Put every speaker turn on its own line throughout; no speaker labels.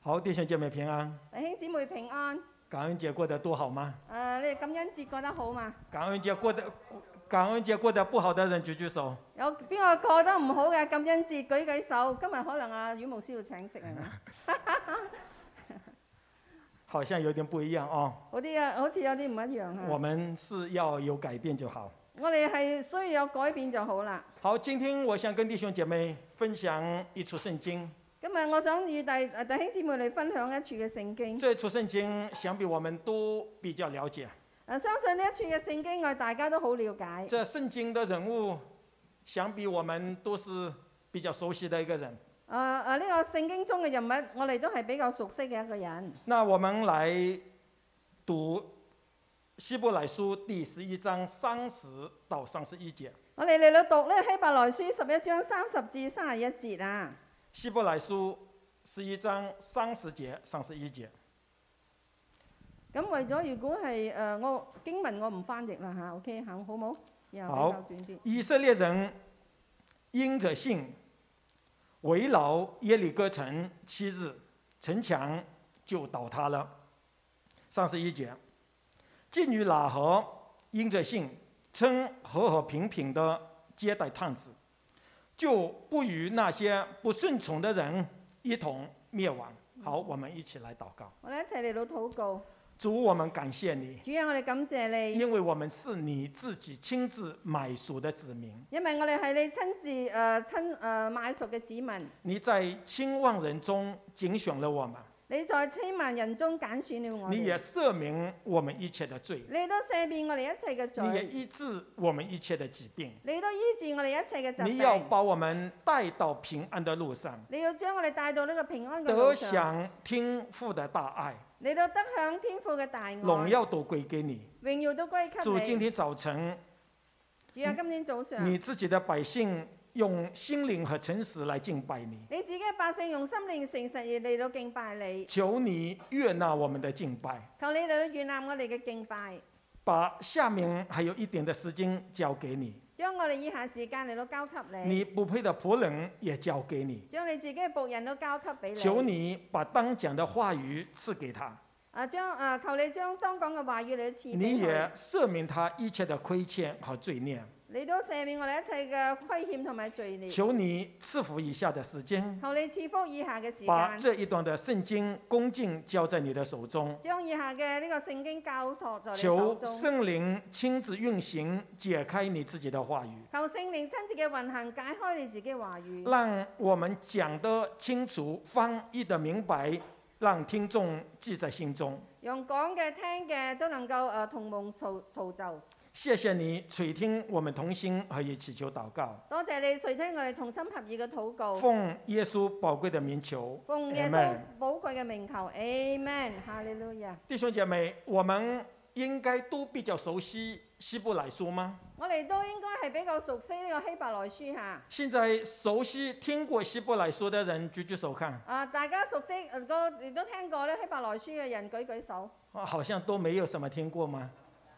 好，弟兄姐妹平安，
弟兄姊妹平安。誒、
感恩节过得多好吗？
你哋感恩節過得好嘛？
感恩节过得，感恩节过得不好的人举举手。
有邊個過得唔好嘅感恩節？舉舉手。今日可能阿阮牧師要請食係咪？
好像有点不一样哦。
好啲啊，好似有啲唔一樣
我
啊。
们是要有改變就好。
我哋係需要有改變就好啦。
好，今天我想跟弟兄姐妹分享一處聖經。
今日我想與弟誒弟兄姊妹嚟分享一處嘅聖經。誒、
这處聖經想必我们都比较了解。
相信呢一處嘅聖經，我哋大家都好了解。
这圣经的人物，想必我们都是比较熟悉的一个人。
誒誒，呢個聖經中嘅人物，我哋都係比較熟悉嘅一個人。
那我们来读希伯来书第十一章三十到三十一节。
我哋嚟到讀呢希伯來書十一章三十至三十一節啊。
希伯来书十一章三十节、三十一节。
咁為咗如果係誒、呃我經文我唔翻譯啦嚇，OK 行好冇？又比
好
較短啲。
以色列人因着信，围绕耶利哥城七日，城墙就倒塌了。三十一节，妓女喇合因着信，称和和平平的接待探子，就不与那些不顺从的人一同灭亡。好，我们一起来祷告。
我哋一齊嚟到禱告，
主，我们感谢你，
主啊，我哋感謝你，
因为我们是你自己亲自买赎的子民。
因為我哋係你親自誒、呃、親誒、呃、買熟嘅子民，
你在千万人中拣选了我们，
你在千萬人中揀選了我
你也
哋，
赦免我们一切的罪，
你都赦免我哋一切嘅
你也
罪，
医治我们一切的疾病，
你都醫治我哋一切嘅疾
你要
病，
把我们帶到平安的路上，
你要將我哋帶到呢個平安嘅
得
路上，
享天父的大爱，
你都得享天父嘅大愛，
荣
榮
耀都归给你。
耀都歸
主，
給
今
你。
天早晨
主啊，今天早上。
你自己的百姓用心灵和诚实来敬拜你，
你自己嘅百姓用心靈誠實而嚟到敬拜你，
求你悦纳我们的敬拜。
求你嚟到悦納我哋嘅敬拜，
把下面还有一点的时间交给你，
將我哋以下時間嚟到交給你，
你不配的仆人也交给你。
將你自己嘅僕人都交給俾
求
你。
你把当讲的话语赐给他，
啊，將啊，求你將當講嘅話語嚟到賜俾
你也
佢，
赦免他一切的亏欠和罪孽。
你都赦免我哋一切嘅虧欠同埋罪孽。
求你赐福以下的时间，
求你賜福以下嘅時
把
間，
这一段的圣经恭敬交在你的手中。
將以下嘅呢個聖經交託在你手
求
中。
圣灵亲自运行，解开你自己的话语，
求聖靈親自嘅運行，解開你自己嘅話語，
让我们讲得清楚，翻译的明白，让听众记在心中。
用講嘅、聽嘅都能夠誒同蒙造造就。
谢谢你垂听我们同心合意祈求祷告，
多謝你垂聽我哋同心合意嘅禱告。
奉耶稣宝贵的名求。
奉耶穌
Amen
寶貴嘅名求，Amen，哈利路亞！
弟兄姐妹，我们应该都比较熟悉希伯来书吗？
我哋都應該係比較熟悉呢個希伯來書嚇。
现在熟悉听过希伯来书的人举举手看，
啊，大家熟悉呃個亦都聽過咧希伯來書嘅人舉舉手，
啊好像都没有什么聽過吗？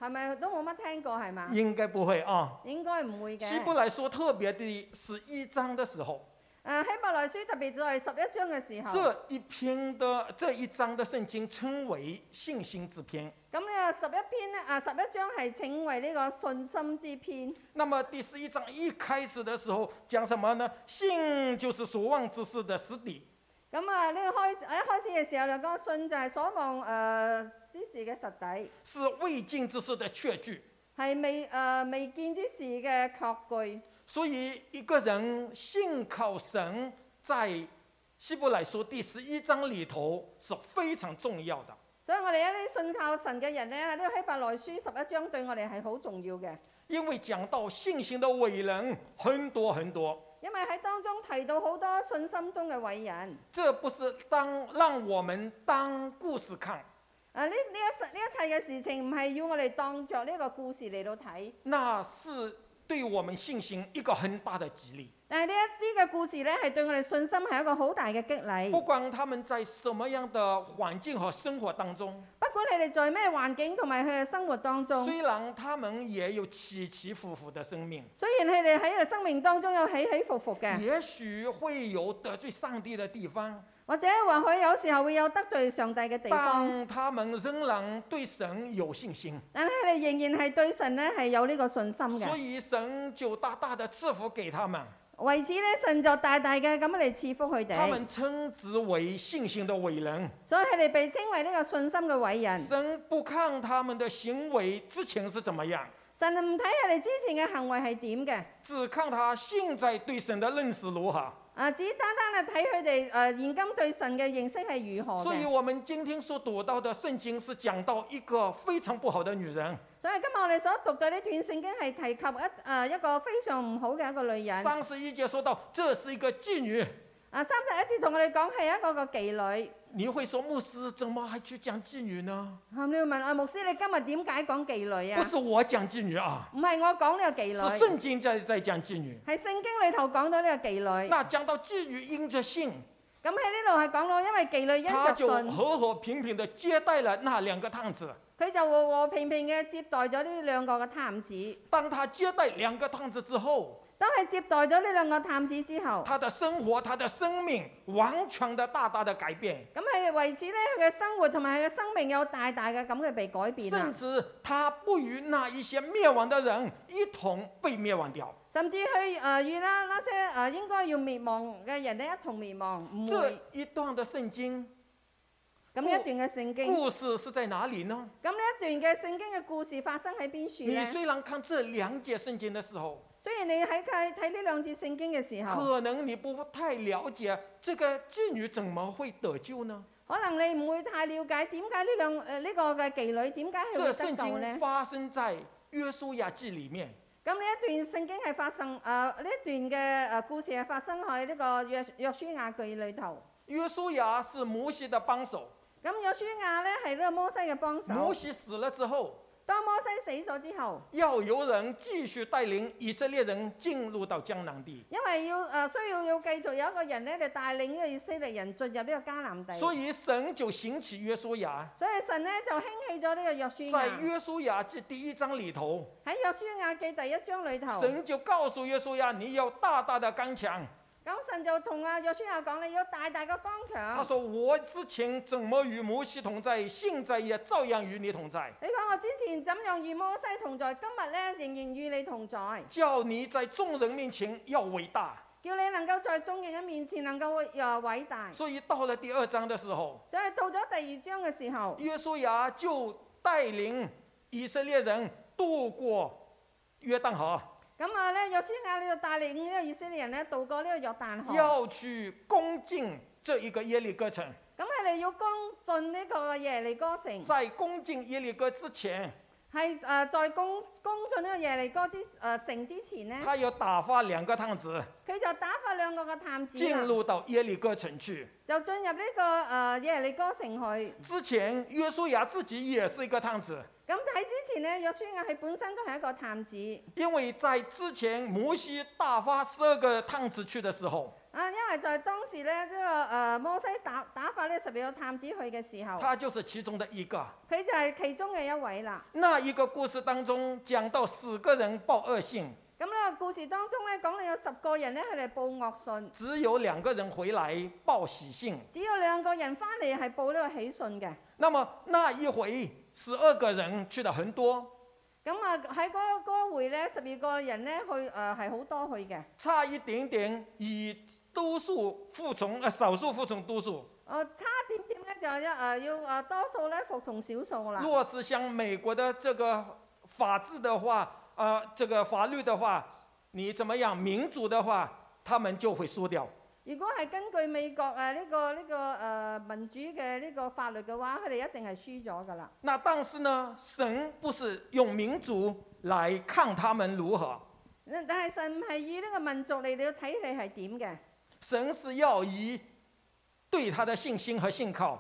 係咪都冇乜聽過係嘛？
应该不会啊。
應該唔會嘅。
希伯来书特别的十一章的时候，
啊，希伯來書特別在十一章嘅時候，
这一篇的这一章的圣经称为信心之篇。
咁呢十一篇咧啊十一章係稱為呢個信心之篇。
那么第十一章一开始的时候讲什么呢？信就是所望之事的实底，
咁啊呢個開一開始嘅時候就講信就係所望誒、呃之事嘅實底，
是未尽之事的确据。
係未誒、呃未見之事嘅確據。
所以，一个人信靠神，在希伯来书第十一章里头是非常重要的，
所以我哋一啲信靠神嘅人咧，呢個希伯來書十一章對我哋係好重要嘅，
因为讲到信心的伟人很多很多，
因為喺當中提到好多信心中嘅偉人。
这不是当让我们当故事看，
啊！呢呢一呢一切嘅事情唔係要我哋當作呢個故事嚟到睇，
那是对我们信心一个很大的激励。
但係呢一啲嘅故事咧係對我哋信心係一個好大嘅激勵。
不管他们在什么样的环境和生活当中，
不管你哋在咩環境同埋佢嘅生活當中，
虽然他们也有起起伏伏的生命，
雖然佢哋喺佢哋生命當中有起起伏伏嘅，
也许会有得罪上帝的地方。
或或者或許有時候會有得罪上帝嘅地方，
但他们仍然对神有信心，
但係你仍然係對神咧係有呢個信心
所
嘅。
以神就大大的赐福给他们，
為此咧，神就大大嘅咁嚟賜福佢
他
哋，
们称之为信心的伟人。
所以佢哋被稱為呢個信心嘅偉人。
神不看他们的行为之前是怎么样，
神唔睇佢哋之前嘅行為係點嘅，
只看他现在对神的认识如何。
啊，只單單係睇佢哋誒現今對神嘅認識係如何
所以，
嘅。
我们今天所读到的圣经是讲到一个非常不好的女人，
所以今日我哋所讀嘅呢段聖經係提及一誒、呃一個非常唔好嘅一個女人。
三十一节说到这是一个妓女。
啊，三十一節同我哋講係一個個妓女。
你会说牧师怎么还去讲妓女呢？
啊，你會問啊，牧師你今日點解講妓女
不
啊？
是我讲妓女啊，
唔係我講呢個妓
是
女，
圣经在在讲妓女。
係聖經裏頭講到呢個妓女。
那讲到妓女因着信，
咁喺呢度係講到，因為妓哎女因
她
着
就
信，
和和平平的接待了那两个探子。
佢就和和平平嘅接待咗呢兩個嘅探子。
当她接待两个探子之后，
當佢接待咗呢兩個探子之後，
他的生活、他的生命完全的大大的改变，
咁佢為此咧，佢嘅生活同埋佢嘅生命有大大嘅咁嘅被改變啊啦
甚。至他不与那一些灭亡的人一同被灭亡掉。
甚至佢誒與啦那些誒、呃、應該要滅亡嘅人咧一同滅亡，唔
这
會
一段的圣經
咁呢一段嘅聖經。
故事是在哪里呢？
咁呢一段嘅聖經嘅故事發生喺邊處
你
呢？
虽然看这两节圣經的时候，
雖然你喺佢睇呢兩節聖經嘅時候，
可能你不太了解这个妓女怎么会得救呢？
可能你唔會太了解點解呢兩誒呢個嘅妓女點解係
这
會得
圣
救
經
呢？
发生在约書亚记里面，
咁呢一段聖經係發生誒呢、一段嘅誒故事係發生喺呢個約約書亞記裏頭。
约書亚是摩西的幫手，
咁約書亞咧係呢個摩西嘅幫手。
摩西死了之后。
當摩西死咗之後，
要由人继续带领以色列人进入到江南地，
因為要誒、呃需要要繼續有一個人咧嚟帶領呢個以色列人進入呢個迦南地，
所以神就行起约书亚。
所以神咧就興起咗呢個約書
在
亞。
约书亚记第一章里头，
喺約書亞記第一章裏頭，
神就告诉约书亚，你要大大的刚强。
咁神就同阿約書亞講：你要大大嘅剛
他
強。
说：我之前怎么与摩西同在，现在也照样與你同在，
你講我之前怎樣與摩西同在，今日咧仍然與你同在，
叫你在众人面前要伟大。
叫你能夠在眾人嘅面前能夠誒偉大。
所以到了第二章的时候，
所以到咗第二章嘅時候，
约书亚就带领以色列人渡过约旦河。
咁啊咧約書亞你就帶領呢個以色列人咧渡過呢個約旦河。
要去攻进这一个耶利哥城。
咁佢哋要攻進呢個耶利哥城，
在攻进耶利哥之前，
係誒、呃在攻攻進呢個耶利哥之誒、呃城之前咧，
他要打发两个探子
佢就打發兩個嘅探子
进
啦
入到耶利哥城去。
就進入呢、個誒、呃耶利哥城去。
之前约书亚自己也是一个探子，
咁喺之前咧，約書亞佢本身都係一個探子
因为在之前摩西大发十二个探子去的时候，
啊，因為在當時咧，呢、個誒、呃摩西打打發呢十二個探子去嘅時候，
他就是其中的一个。
佢就係其中嘅一位啦。
那一个故事当中讲到十个人报恶信，
咁呢個故事當中咧，講到有十個人咧，佢哋報惡信，
只有两个人回来报喜信。
只有兩個人翻嚟係報呢個喜訊嘅。
那么那一回十二个人去的很多，
咁啊喺嗰嗰回咧，十二個人咧去誒係好多去嘅。誒、
差一点点以多数服从，呃，少數服從多數。
哦差點點咧就一誒、呃要誒、呃多數咧服從少數啦。
若是像美國的这个法治的话，呃，这个法律的话，你怎么样民主的话，他们就會输掉。
如果係根據美國誒呢、個呢、個誒、呃民主嘅呢個法律嘅話，佢哋一定係輸咗㗎啦。
那但是呢，神不是用民主来看他们如何，
但係神唔係以呢個民族嚟到睇你係點
神是要以对他的信心和信靠。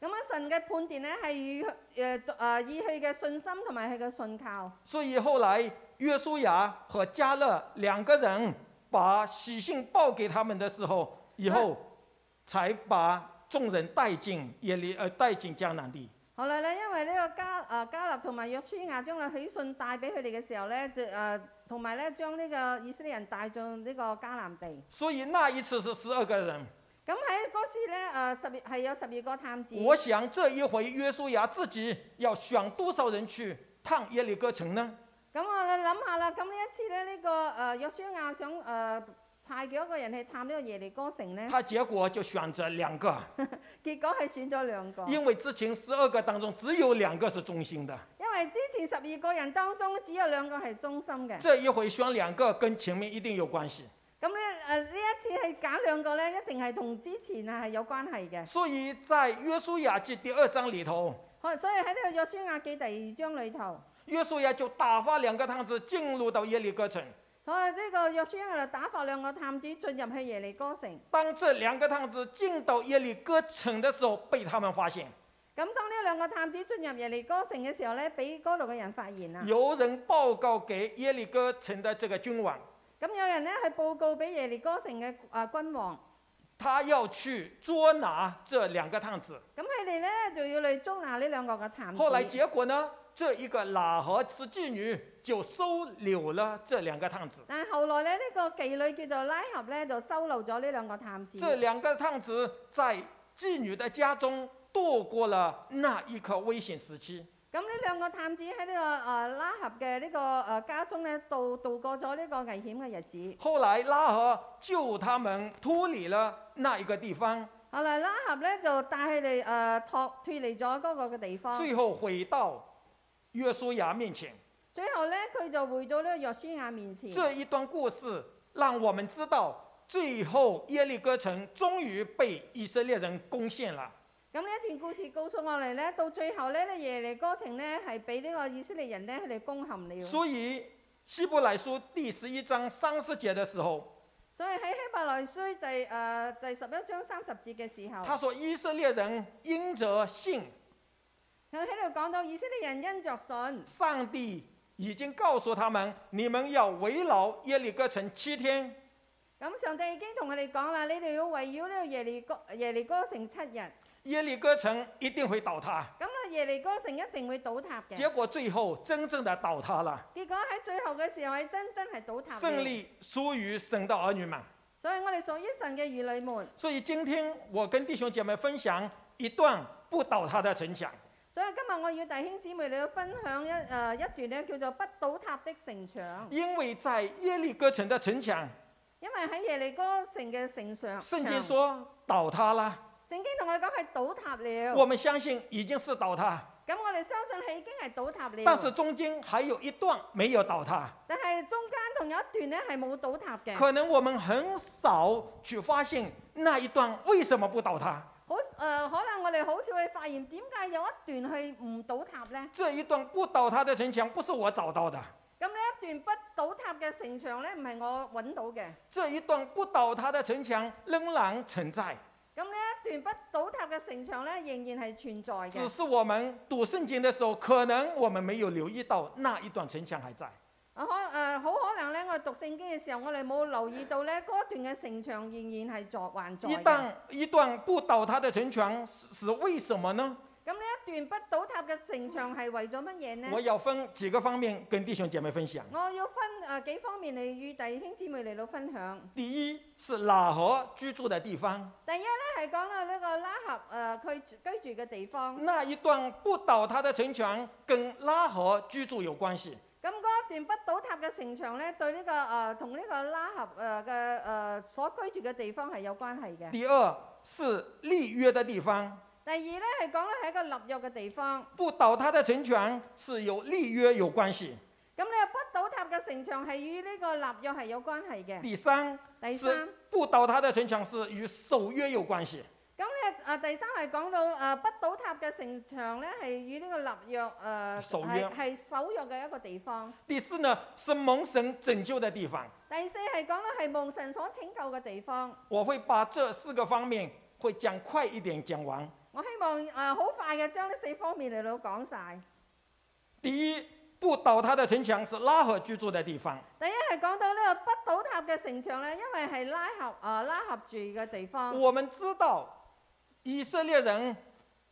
嘅。咁啊，神嘅判斷咧係以誒誒、呃以佢嘅信心同埋佢嘅信靠。
所以后来约书亚和加勒两个人把喜信报给他们的时候，以后才把众人带进耶利呃带进迦南地。
後來咧，因為呢個加誒、呃加納同埋約書亞將個喜訊帶俾佢哋嘅時候咧，就誒呃同埋咧將呢個以色列人帶進呢個迦南地。
所以那一次是十二个人，
咁喺嗰時咧，誒十二係有十二個探子。
我想这一回约书亚自己要选多少人去探耶利哥城呢？
咁我哋諗下啦，咁呢一次咧，呢、呃個誒約書亞想誒、呃派幾多個人去探呢個耶利哥城咧？
他结果就选择两个，
結果係選咗兩個，
因为之前十二个当中只有两个是忠心的，
因為之前十二個人當中只有兩個係忠心嘅。
这一回选两个跟前面一定有关系。
咁咧誒呢一次係揀兩個咧，一定係同之前啊係有關係嘅。
所以在约书亚记第二章里头，
好，所以喺呢個約書亞記第二章裏頭，
约书亚就打发两个探子进入到耶利哥城。
所以呢個約書亞就打發兩個探子進入去耶利哥城。
当这两个探子进到耶利哥城的时候，被他们发现，
咁當呢兩個探子進入耶利哥城嘅時候咧，俾嗰度嘅人發現啦。
有人报告给耶利哥城的这个君王，
咁有人咧去報告俾耶利哥城嘅啊君王，
他要去捉拿这两个探子。
咁佢哋咧就要嚟捉拿呢兩個嘅探子。
后来结果呢，这一个喇合之妓女就收留了这两个探子。
但係後來咧，呢、個妓女叫做拉合咧，就收留咗呢兩個探子。
这两个探子在妓女的家中度过了那一刻危险时期。
咁呢兩個探子喺呢、個呃拉合嘅呢、個呃家中咧，度度過咗呢個危險嘅日子。
后来拉合救他们脱离了那一个地方，
後來拉合咧就帶佢哋誒脱脱離咗嗰個嘅地方。
最后回到约书亚面前。
最後咧，佢就回到呢個約書亞面前。
这一段故事让我们知道，最后耶利哥城终于被以色列人攻陷了。
咁呢一段故事告訴我哋咧，到最後咧，呢耶利哥城咧係俾呢個以色列人咧佢哋攻陷了。
所以希伯来书第十一章三十节的时候，
所以喺希伯來書第誒、呃第十一章三十節嘅時候，
他说以色列人因着信，
佢喺度講到以色列人因着信，
上帝已经告诉他们，你们要围绕耶利哥城七天。
咁上帝已經同佢哋講啦，你哋要圍繞呢個耶利哥耶利哥城七日，咁
耶利哥城一定会倒塌，
啊耶利哥城一定會倒塌嘅。
结果最后真正的倒塌了，
結果喺最後嘅時候係真真係倒塌嘅
胜利属于神的儿女们。
所以我哋屬於神嘅兒女們。
所以今天我跟弟兄姐妹分享一段不倒塌的城墙。
所以今日我要弟兄姊妹你要分享一誒、呃一段咧叫做不倒塌的城牆，
因为在耶利哥城的城墙，
因為喺耶利哥城嘅城牆，
圣经
牆
说倒塌了，
聖經同我哋講係倒塌了。
我们相信已经是倒塌，
咁我哋相信佢已經係倒塌了，
但是中间还有一段没有倒塌。
但係中間仲有一段咧係冇倒塌嘅，
可能我们很少去发现那一段为什么不倒塌，
好誒、呃可能我哋好少去發現點解有一段係唔倒塌咧？
这一段不倒塌的城墙不是我找到的，
咁呢一段不倒塌嘅城牆咧，唔係我揾到嘅。
这一段不倒塌的城墙仍然存在，
咁呢一段不倒塌嘅城牆咧，仍然係存在
只
嘅。
是我们读圣经的时候，可能我们没有留意到那一段城墙还在。
啊可誒，好、可能咧，我哋讀聖經嘅時候，我哋冇留意到咧，嗰段嘅城牆仍然係在還在
一
嘅。
旦一段不倒塌的城墙是是为什么呢？
咁呢一段不倒塌嘅城牆係為咗乜嘢呢？
我要分几个方面跟弟兄姐妹分享。
我要分誒、呃、幾方面嚟與弟兄姊妹嚟到分享。
第一是喇合居住的地方，
第一咧係講到呢個拉合誒，呃佢、居住嘅地方。
那一段不倒塌的城墙跟拉合居住有关系。
咁嗰一段不倒塌嘅城牆咧，對呢、個誒同呢個拉合誒嘅誒所居住嘅地方係有關係嘅。
第二是立约的地方，
第二咧係講咧係一個立約嘅地方。
不倒塌的城墙是有立约有关系。
咁呢個不倒塌嘅城牆係與呢個立約係有關係嘅。
第三
第三，
是不倒塌的城墙是与守约有关系。
咁咧誒第三係講到誒、呃不倒塌嘅城牆咧係與呢個立約誒呃
守
係
約
係守約嘅一個地方。
第四呢是蒙神拯救的地方。
第四係講咧係蒙神所拯救嘅地方。
我会把这四个方面会讲快一点讲完。
我希望誒好、快嘅將呢四方面嚟到講晒。
第一，不倒塌的城墙是拉合居住的地方。
第一係講到呢個不倒塌嘅城牆咧，因為係拉合啊、拉合住嘅地方。
我们知道，以色列人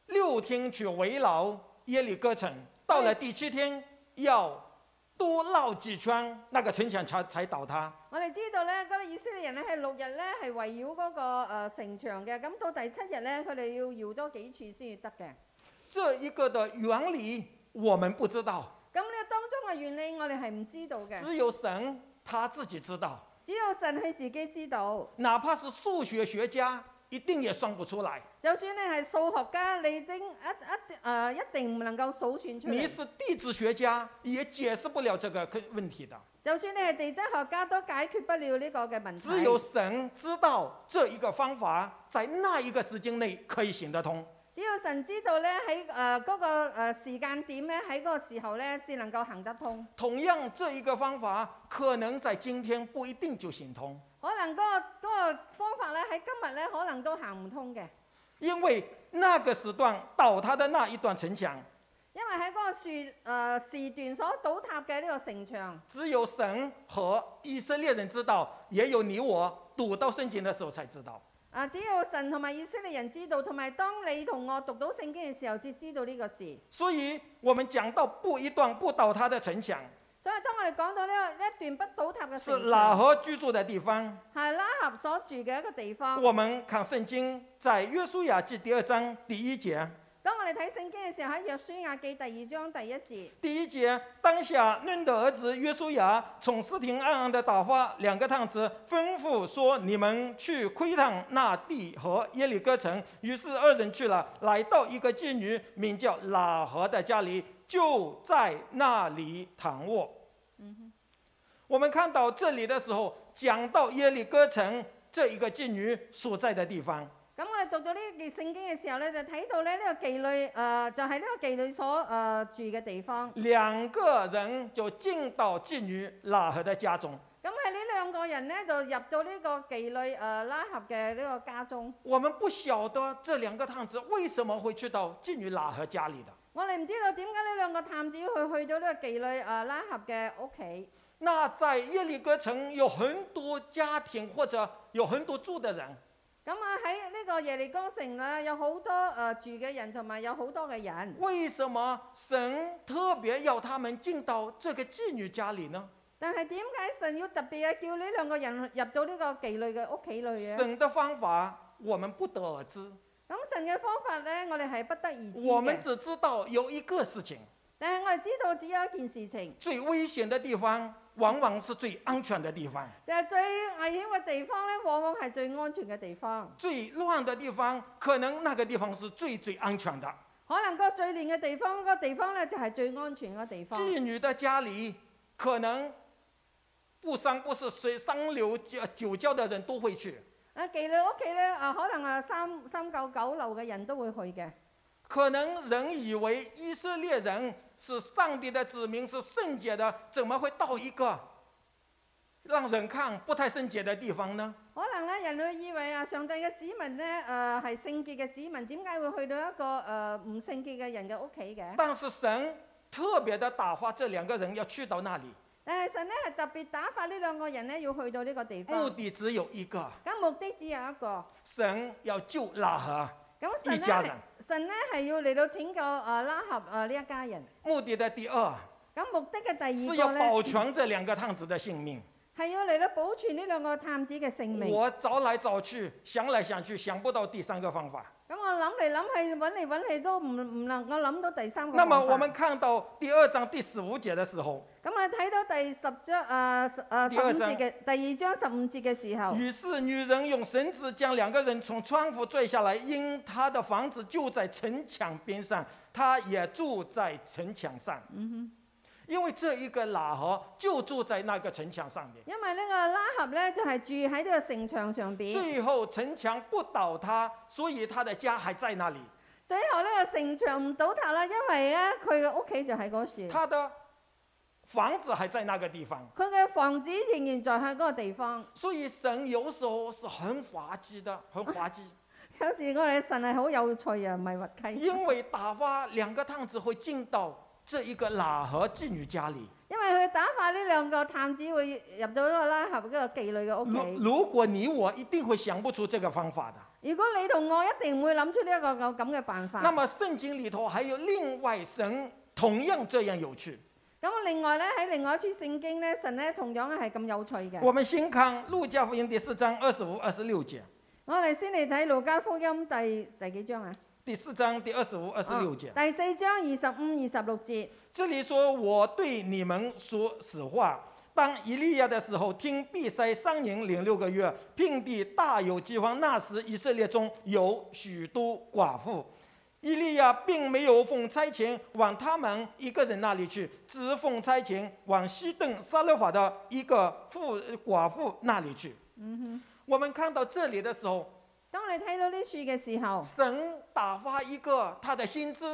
六天去围绕耶利哥城，到了第七天要多绕几圈，那个城墙才才倒塌。
我哋知道咧，嗰啲以色列人咧係六日咧係圍繞嗰個呃城牆嘅，咁到第七日咧，佢哋要繞多幾次先至得嘅。
这一个的原理我们不知道，
咁呢當中嘅原理我哋係唔知道嘅，
只有神他自己知道。
只有神佢自己知道。
哪怕是数学学家，一定也算不出来。
就算你係數學家，你丁一一誒、呃一定唔能夠數算出
你
嚟。
是地质学家，也解释不了这个可问题的。
就算你係地質學家，都解決不了呢個嘅問
只有
題。
神知道这一个方法在那一个时间内可以行得通。
只有神知道咧，喺誒嗰個誒時間點咧，喺嗰個時候咧，至能夠行得通。
同样，这一个方法可能在今天不一定就行通，
可能嗰、個嗰個方法咧，喺今日咧，可能都行唔通嘅，
因为那个时段倒塌的那一段城墙，
因為喺嗰個樹誒、呃、時段所倒塌嘅呢個城牆，
只有神和以色列人知道，也有你我读到圣经的时候才知道。
啊，只有神同埋以色列人知道，同埋當你同我讀到聖經嘅時候，至知道呢個事。
所以，我们讲到不一段不倒塌的城墙，
所以當我哋講到呢一段不倒塌嘅
是
城
喇
牆，
合居住的地方。
係拉合所住嘅一個地方。
我们看圣经，在约书亚记第二章第一节，
當我哋睇聖經嘅時候，喺約書亞記第二章第一節，
第一节，当下嫩的儿子约书亚从斯亭暗暗的打发两个探子，吩咐说：“你们去窥探那地和耶利哥城。”于是二人去了，来到一个妓女名叫喇合的家里，就在那里躺卧。我们看到这里的时候，讲到耶利哥城这一个妓女所在的地方。
咁我哋讀到呢段聖經嘅時候咧，就睇到咧呢個妓女誒、呃就係、呢個妓女所誒、呃住嘅地方。
两个人就进到妓女喇合的家中。
咁喺呢兩個人咧就入到呢個妓女誒、呃拉合嘅呢個家中。
我们不晓得这两个探子为什么会去到妓女喇合家里的。
我哋唔知道點解呢兩個探子去去到呢個妓女誒、呃拉合嘅屋企。
那在耶利哥城有很多家庭或者有很多住的人，
咁啊喺呢個耶利哥城咧，有好多誒、呃住嘅人，同埋有好多嘅人。
为什么神特别要他们进到这个妓女家里呢？
但係點解神要特別啊叫呢兩個人入到呢個妓女嘅屋企裏嘅？
神的方法我们不得而知，
咁神嘅方法咧，我哋係不得而知
我们
嘅。
只知道有一个事情：
但係我哋知道只有一件事情，
最危险的地方往往是最安全的地方。
就係、最危險嘅地方咧，往往係最安全嘅地方。
最乱的地方，可能那个地方是最最安全的。
可能個最亂嘅地方，個地方咧就係最安全嘅地方。
妓女的家里，可能不三不四、随三流酒酒窖的人都会去，
啊，妓女屋企咧，啊，可能啊三三九九樓嘅人都會去嘅。
可能人以为以色列人是上帝的子民，是圣洁的，怎么会到一个让人看不太圣洁的地方呢？
可能咧，人類以為啊，上帝嘅子民咧，誒、係聖潔嘅子民，點解會去到一個誒唔、聖潔嘅人嘅屋企嘅？
但是神特别的打发这两个人要去到那里，
但係神咧係特別打發呢兩個人咧，要去到呢個地
目
方。
的只有一个，
咁目的只有一個，
神要救拉合
咁
一
神
家
咧
人。
神咧係要嚟到拯救誒、拉合誒呢、一家人。
目的的第二
咁目的嘅
是
第二
要
個
保
咧，
全这兩個探子的性命。
係要嚟到保存呢兩個探子嘅性命。
我找來找去，想來想去，想不到第三個方法。
咁我諗嚟諗去，揾嚟揾去都唔唔能夠諗到第三個
那
方法。
麼我們看到第二章第十五節的時候，
咁我哋睇到第十章誒十誒
第
十
二
五
章嗯
節嘅第二章十五節嘅時候，
於是女人用繩子將兩個人從窗户拽下來，因她的房子就在城牆邊上，她也住在城牆上。
嗯
因為這一個喇合就住在那個城牆上面。
因為呢個拉合咧就係、住喺呢個城牆上邊，
最後城牆不倒塌，所以她的家還在那裡。
最後呢個城牆唔倒塌啦，因為咧佢嘅屋企就喺嗰處，
他的房子还在那个地方，
佢嘅房子仍然在喺嗰個地方。
所以神有时候是很滑稽的，很滑稽，
有時我哋神係好有趣啊，唔係滑稽，
因为打发两个探子会进到这一个喇合妓女家里。
因為佢打發呢兩個探子會入到呢個拉合嗰個妓女嘅屋
如
企。
如果你我一定会想不出這個方法的。
如果你同我一定唔會諗出呢一個咁嘅辦
那
法。
么圣经里头还有另外神同样这样有趣，
咁另外咧喺另外一處聖經咧，神咧同樣係咁有趣嘅。
我们先看路加福音第四章二十五、二十六节。
我哋先嚟睇路加福音第第幾章啊？
第四章第二十五、二啊十六节
哦，第四章二十五、二十六節。
这里说：“我对你们说实话，当以利亚的时候，听闭塞三年零六个月，遍地大有饥荒。那时以色列中有许多寡妇，以利亚并没有奉差遣往他们一个人那里去，只奉差遣往西顿撒勒法的一个妇寡妇那里去。”我们看到这里的时候，
當你睇到呢處嘅時候，
神打发一个他的先知，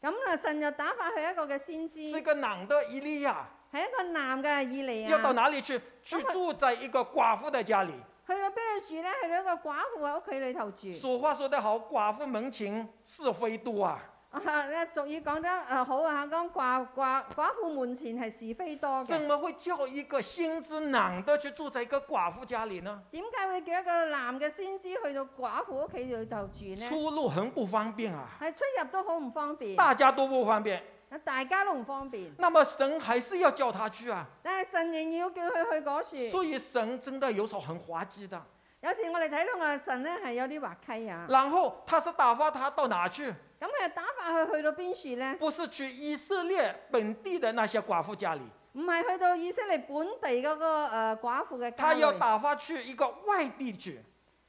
咁啊神就打發佢一個嘅先知，
是一个男的以利亚。
係一個男嘅以利
要到
亞，
哪里去？去住在一个寡妇的家里。
去到邊度住咧？去到一個寡婦嘅屋企裏頭住。
俗话说得好，寡妇门前是非多啊。
啊，咧俗語講得啊好啊，講寡寡寡婦門前係是非多嘅
怎。么会叫一个先知男的去住在一个寡妇家里呢？
點解會叫一個男嘅先知去到寡婦屋企裏頭住呢？
出入很不方便啊，
係出入都好唔方便，
大家都不方便。
大家都唔方便。
那么神还是要叫他去啊。
但係神仍然要叫佢去嗰處。
所以神真的有时候很滑稽的。
有時我哋睇到我哋神咧係有啲滑稽啊。
然后他是打发他到哪去？
咁佢打發佢去到邊處呢？
不是去以色列本地的那些寡妇家里，
唔係去到以色列本地嗰、個、呃、寡婦嘅
他
家裏
要打发去一个外地去，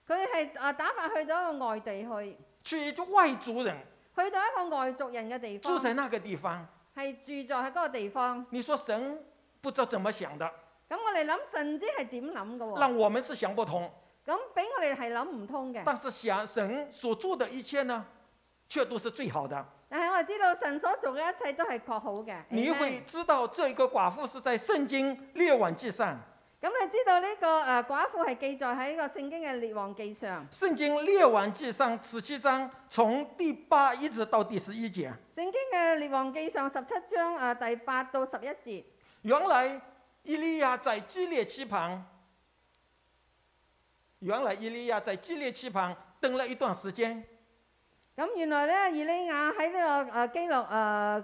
佢係啊打發去到一個外地去，
去一个外族人
去到一個外族人嘅地
住
方，
在那个地方。
係住在喺嗰個地方。
你说神不知道怎么想的，
咁我哋諗神知係點諗嘅喎？
让我们是想不通。
咁俾我哋係諗唔通嘅。
但是想神所做的一切呢，却都是最好的。
但係我哋知道神所做嘅一切都係確好嘅。
你
Amen
会知道这个寡妇是在圣经列王记上，
咁你知道呢、個呃寡婦係記載喺個聖經嘅列王記上，
圣經列王记上十七章从第八一直到第十一节。
聖經嘅列王記上十七章啊、呃第八到十一節。
原来伊利亚在基列期旁，原来伊利亚在基列期旁等了一段时间，
咁原來咧，以利亞喺呢、個誒基洛誒嗰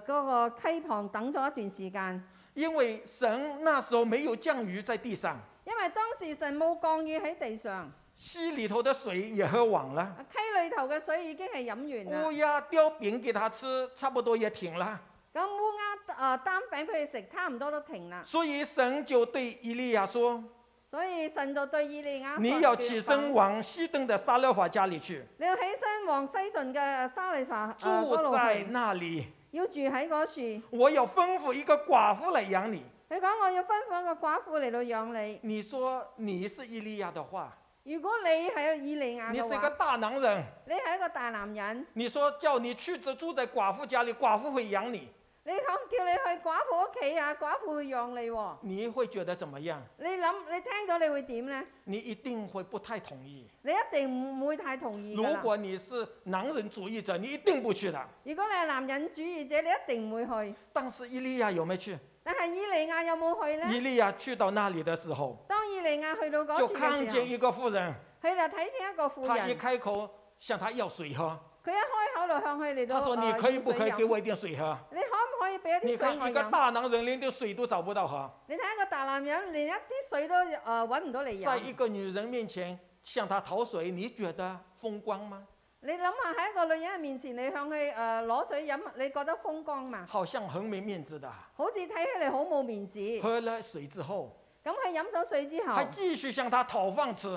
個溪旁等咗一段時間，
因为神那时候没有降雨在地上，
因為當時神冇降雨喺地上，
溪里头的水也喝完了。
啊溪裏頭嘅水已經係飲完
乌
啦。
鸦叼饼给他吃，差不多也停了。
咁烏鴉誒擔餅俾佢食，差唔多都停啦。
所以神就对以利亚说
所以神就對以利亞：“
你
說
要
叫
起
佢
身
講
往西顿的撒勒法家里去，
你要起身往西頓嘅沙利法誒嗰
住
度
在
去，
那里。
要住喺嗰處。
我要吩咐一個寡妇来养你。
佢講我要吩咐一個寡婦嚟到養”
你说你是以利亞的话，
你。如果你係以利亞
你是
嘅
一個
話，
大男人。
你係一個大男人，
你说叫你去只住在寡婦家里，寡婦会养你，
你講叫你去寡婦屋企啊，寡婦會養你喎。
你會覺得怎么樣？
你諗你聽到你會點呢？
你一定會不太同意。
你一定唔會太同意
如
㗎啦。
果你是男人主義者，你一定不去的。
如果你係男人主義者，你一定唔會去。
但是以利亞有沒有去？
但係以利亞有冇去
以
呢？
利亞去到那里的时候，
當以利亞去到嗰
就
處
看
嘅時
见
候，
一个妇人，
佢就睇見一個婦
他一
人，
开口向他要水喝，
佢一開口就向佢嚟
他
到
说：“你
呃
可以
要
不
水
可以
飲
给我一点水喝
你可唔可以俾一？”
你
啲水
看
我
一个
飲？
大男人连点水都找不到喝，
你睇一個大男人，連一啲水都誒揾唔到嚟
在一
飲。
个女人面前向她讨水，你觉得风光吗？
你諗下喺一個女人嘅面前，你向佢誒攞水飲，你覺得風光嘛？
好像很没面子的。啊
好似睇起嚟好冇面子。咁
喝了水之后，
佢飲咗水之後，
还继续向她讨饭吃。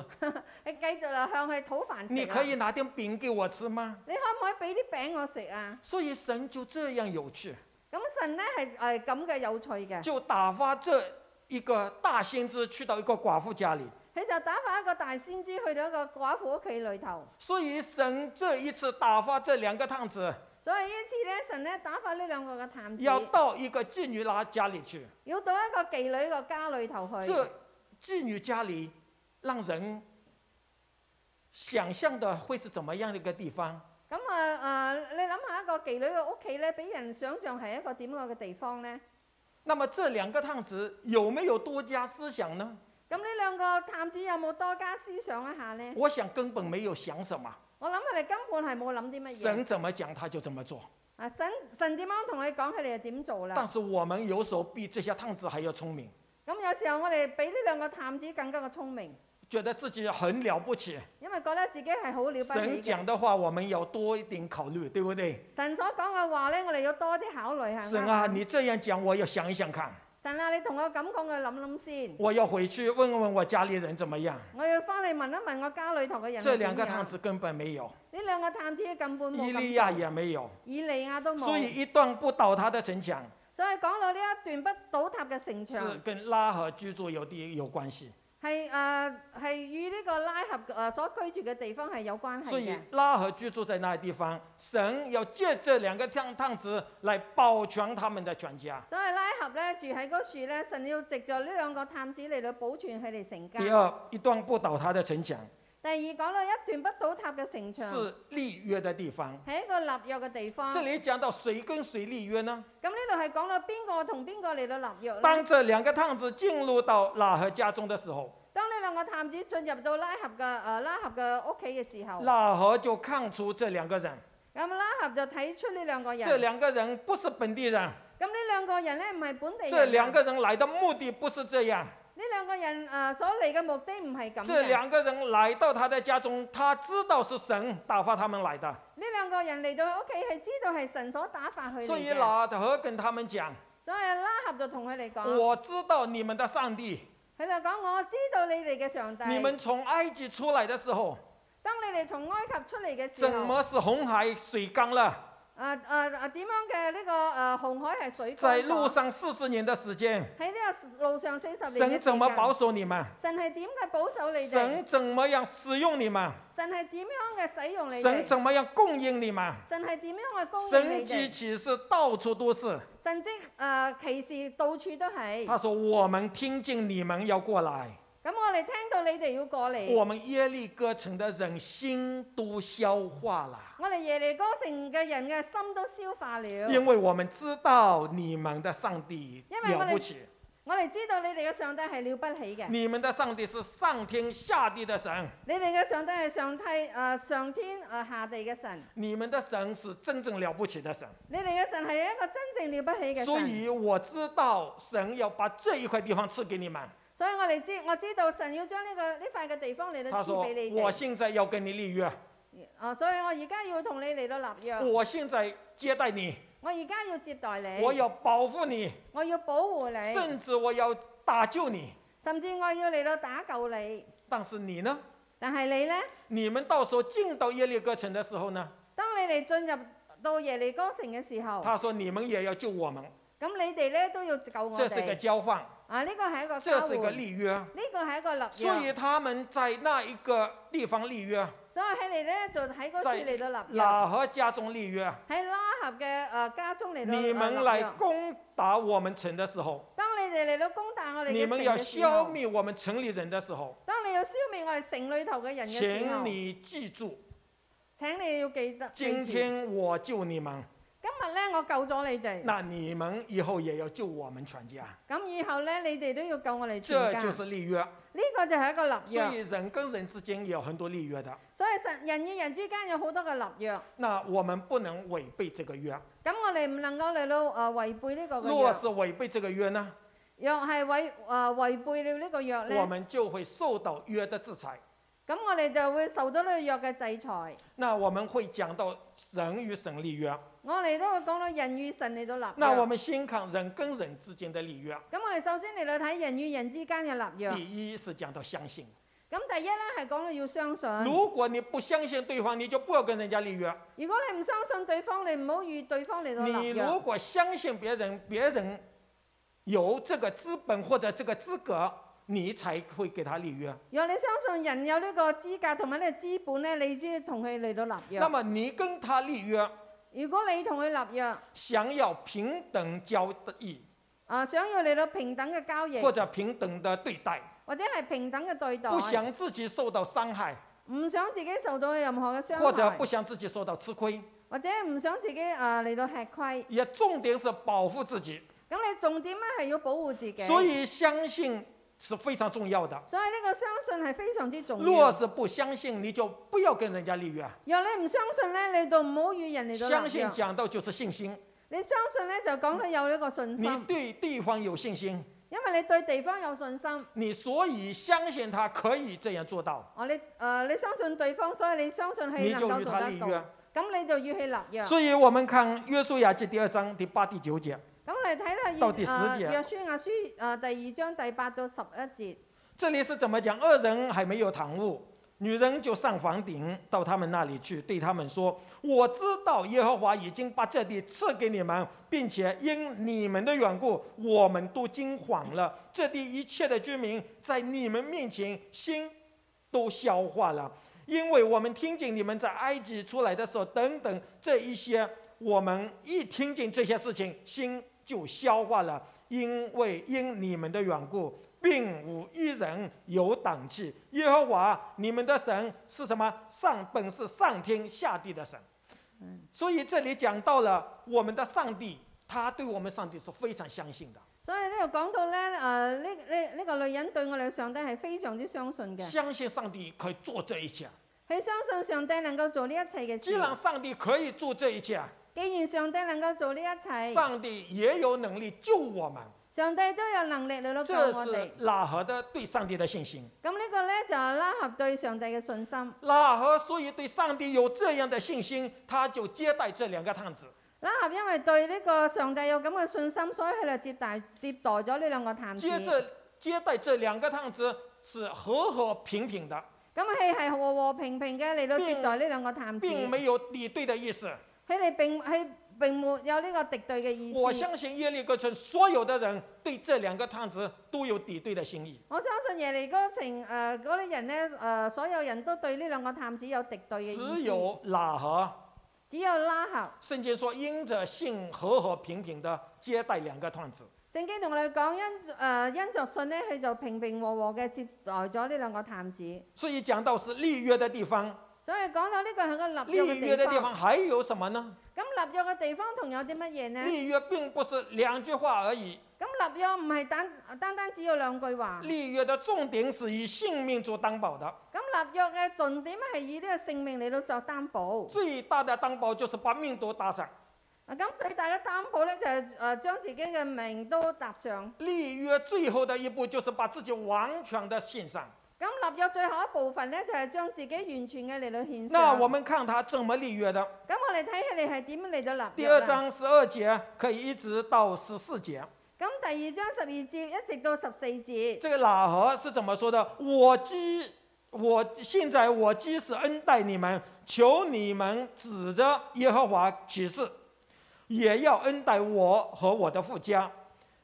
你繼續嚟向佢討飯食
你
啊
可以拿点饼给我吃吗？
你可唔可以俾啲餅我食啊？
所以神就这样有趣，
咁神咧係誒咁嘅有趣嘅，
就打发这一个大先知去到一個寡妇家里。
佢就打發一個大先知去到一個寡婦屋企裏頭。
所以神这一次打发这两个探子，
所以呢次咧，神咧打發呢兩個嘅探子，
要到一个妓女拉家里去。
要到一個妓女個家裏頭去。
这妓女家里，让人想象的会是怎么样的一个地方？
咁啊誒，你諗下一個妓女嘅屋企咧，俾人想象係一個點樣嘅地方咧？
那么这两个探子有没有多加思想呢？嗯
咁呢兩個探子有冇多加思想一下咧？
我想根本没有想什么，
我諗佢哋根本係冇諗啲乜嘢。
神怎么讲他就怎么做。
啊，神神點樣同佢講，佢哋就點做啦。
但是我们有时候比这些探子还要聰明，
咁有時候我哋比呢兩個探子更加嘅聰明，
觉得自己很了不起。
因為覺得自己係好了不起
神
嘅。
讲的话我们要多一点考虑，对不对？
神所講嘅話咧，我哋要多啲考慮下。
神啊，你这样讲我要想一想看，
神啊，你同我咁講，我諗諗先。
我要回去問問我家里人怎么样。
我要翻嚟問一問我家裏頭嘅人係
这兩個
點樣
探子根本沒有，
呢兩個探子根本冇
伊
咁
利亞也沒有，
以利亞都冇。
所以一段不倒塌的城墙
所以講到呢一段不倒塌嘅城
是
牆，
跟拉合居住有地有關係。
係誒係與呢個拉合誒所居住嘅地方係有關係
所以
嘅。
拉合居住在那个地方，神要借这两个探探子来保全他们的全家。
所以拉合咧住喺嗰樹咧，神要藉助呢兩個探子嚟到保存佢哋成家。
第二，一段不倒塌的城墙
第二講到一段不倒塌嘅城牆，
是立约的地方。
係一個立約嘅地方。
这
咁呢
里讲到谁跟谁立约呢？
度係講到邊個同邊個嚟到立約咧？
当这两个探子进入到拉合家中的时候，
當呢兩個探子進入到拉合嘅誒、呃拉合嘅屋企嘅時候，
拉合就看出这两个人，
咁拉合就睇出呢兩個人。
这两个人不是本地人，
咁呢兩個人咧唔係本地人。
这两個人来的目的不是这样，
呢兩個人誒、呃所嚟嘅目的唔係咁
这
嘅。
两个人来到他的家中，他知道是神打发他们来的，
呢兩個人嚟到佢屋企係知道係神所打發佢哋
所以
嘅。
老何跟他们讲：
所以拉合就同佢哋講，
我知道你们的上帝，
佢哋講我知道你哋嘅上帝。
你們從埃及出來的时候，
當你哋從埃及出嚟嘅時
怎
候，
么是紅海水干了？
誒誒誒點樣啊嘅呢、個誒、呃、紅海係水
在
乾
路
咗。
上四十年的時間，
喺呢個路上四十年嘅
神怎麼
時間
保守你們？
神係點嘅保守你哋？
神怎麼樣使用你們？
神係點樣嘅使用你
神
哋？
怎麼樣供應你們？
神係點樣嘅供應
神蹟
你哋？
奇事到處都是。
神蹟誒、呃歧視到處都係。
他說：“我們聽見你們要過來。”
咁我哋聽到你哋要過嚟。
我们耶利哥城的人心都消化了，
我哋耶利哥城嘅人嘅心都消化了，
因为我们知道你们的上帝
因为我
了
们
不起，
我哋知道你哋嘅上帝係了不起嘅，
你们的上帝是上天下地的神，
你哋嘅上帝係上帝誒、呃上天誒、呃下地嘅神，
你们的神是真正了不起的神。
你哋嘅神係一個真正了不起嘅
所
神。
以我知道神要把这一块地方赐给你们。
所以我哋知我知道神要將呢、個呢塊嘅地方嚟到
他
賜
说
俾：“你
我
哋，
现在要跟你立约，
啊，所以我而家要同你嚟到立約，
我现在接待你，
我而家要接待你，
我
我
要保护你，
要保護你，
甚至我要搭救你。
甚至我要嚟到打救你。
但是你呢？
但係你呢，
你们到时候进到耶利哥城的时候呢？
當你哋進入到耶利哥城嘅時候，
他说：“你们也要救我们。”
咁你哋咧都要救我
这是个
哋。
交换，
啊，呢個係一個
这
交
是个
換，
立约。
呢個係一個立
所
約。
以他们在那一个地方立约，
所以喺你咧就喺嗰
在
處嚟到立約，
喇合家中立约。
喺拉合嘅誒家中嚟到
你
呃
们
立
来
約。
攻打我们城的时候，
當你哋嚟到攻打我哋
你
嘅城
们要
嘅時
消
候，
灭我们城里人的时候，
當你要消滅我哋城裏頭嘅人嘅時
请
候，
你记住，
請你要記得記
今
住
天我救你们，
今日咧我救咗你哋，
那你们以后也要救我们全家。
咁以後咧你哋都要救我哋全
这
家。
就是立约。
呢個就係一個立
所
約。
以人跟人之间也有很多立约的，
所以神人與人之間有好多嘅立約，
那我们不能违背这个約。
咁我哋唔能夠嚟到誒違背呢個嘅
若
約。
是违背这个約呢，
若係違誒違背了呢個約咧
我。们就会受到约的制裁。
咁我哋就會受到呢個約嘅制裁。
那我们会讲到神与神立约。
我哋都會講到人與神嚟到立
那我
約。
们先看人跟人之間的立約。
咁我哋首先嚟到睇人與人之間嘅立約。
第一是讲到相信，
咁第一咧係講到要相信。
如果你不相信對方，你就不要跟人家立約。
如果你唔相信對方，你唔好與對方嚟到
你
立約。
如果相信別人，別人有這個資本或者這個資格，你才会给他立約。
若你相信人有呢個資格同埋呢個資本咧，你先同佢嚟到立約
那。么你跟他立約，
如果你同佢立約，
想要平等交易
啊想要嚟到平等嘅交易，
或者平等的對待，
或者係平等嘅對待，
不想自己受到傷害，
唔想自己受到任何嘅傷
或者
害
不，想自己受到吃亏，
或者唔想自己啊嚟到吃虧。
也重点是保护自己。
咁你重點咧係要保護自己，
所以相信是非常重要的。
所以呢個相信係非常之重
若
要。
是不相信，你就不要跟人家立约。啊
若你唔相信咧，你就唔好與人嚟到
相
立
信
約。
讲到就是信心，
你相信咧就講到有呢個信
你
心，
对对方有信心，
因為你對地方有信心。
你所以相信他可以这样做到，
哦，你誒、呃你相信對方，所以你相信
你
佢
就
能夠
与
做
他立
得到。
约。
咁你就與佢立約。
所以我们看约书亚记第二章第八、第九节，
咁你睇啦，
到第十啊
呃
節
約書亞書誒、呃第二章第八到十一節。
这里是怎么讲？二人还没有堂屋，女人就上房顶到他们那里去，对他们说：“我知道耶和华已经把这地赐给你们，并且因你们的缘故，我们都惊慌了。这地一切的居民在你们面前心都消化了，因为我们听见你们在埃及出来的时候，等等这一些，我们一听见这些事情，心就消化了。”因为因你们的缘故，并无一人有胆气。耶和华你们的神是什么？上本是上天下地的神。所以这里讲到了我们的上帝，他对我们上帝是非常相信的，
所以呢度講到咧誒呢呢呢個女人對我哋上帝係非常之相信嘅，
相信上帝可以做这一切。
佢相信上帝能夠做呢一切嘅事
既。然上帝可以做这一切，
既然上帝能夠做呢一切，
上帝也有能力救我们。
上帝都有能力嚟到救
这
我
是
哋。
拉合的对上帝的信心。
咁呢個咧就係拉合對上帝嘅信心。
拉合所以对上帝有这样的信心，他就接待这两个探子。
拉合因為對呢個上帝有咁嘅信心，所以佢就接待接待咗呢兩個探子。
接
咁
着接待这两个探子是和和平平的，
佢係和和平平嘅嚟到接待呢兩個探子，
并
佢
没有敌對的意思。
哋並佢並沒有呢個敵對嘅意
我
思。
相信耶利哥城所有的人对这两个探子都有敌對的心意，
我相信耶利哥城誒嗰啲人咧誒、呃所有人都對呢兩個探子有敵對嘅意思。
只有喇合。
只有拉合。
圣经说，因着信和和平平的接待两个探子。
聖經同我哋講，因誒、呃因着信咧，佢就平平和和嘅接待咗呢兩個探子。
所以讲到是立約的地方，
所以講到呢個係個立
立
約
約的
嘅
地
地方。
方还有什么呢？
咁立約嘅地方仲有啲乜嘢呢？
立約並不是两句话而已，
咁立約唔係單單單只有兩句話。
立約的重點是以性命做擔保的，
咁立約嘅重點係以呢個性命嚟到作擔保。
最大的擔保就是把命都搭上。
啊咁最大嘅擔保咧就係、呃將自己嘅命都搭上。
立约最后的一步就是把自己完全的献上。
咁立約最後一部分咧就係、將自己完全嘅嚟到獻
那
上。
我们看他怎么立约的。
咁我哋睇下你係點嚟到立
第
約
二
啦。
章十二节可以一直到十四节。
咁第二章十二節一直到十四節。
这个喇合是怎么说的？我既我现在我既是恩待你们，求你们指着耶和华起誓，也要恩待我和我的父家。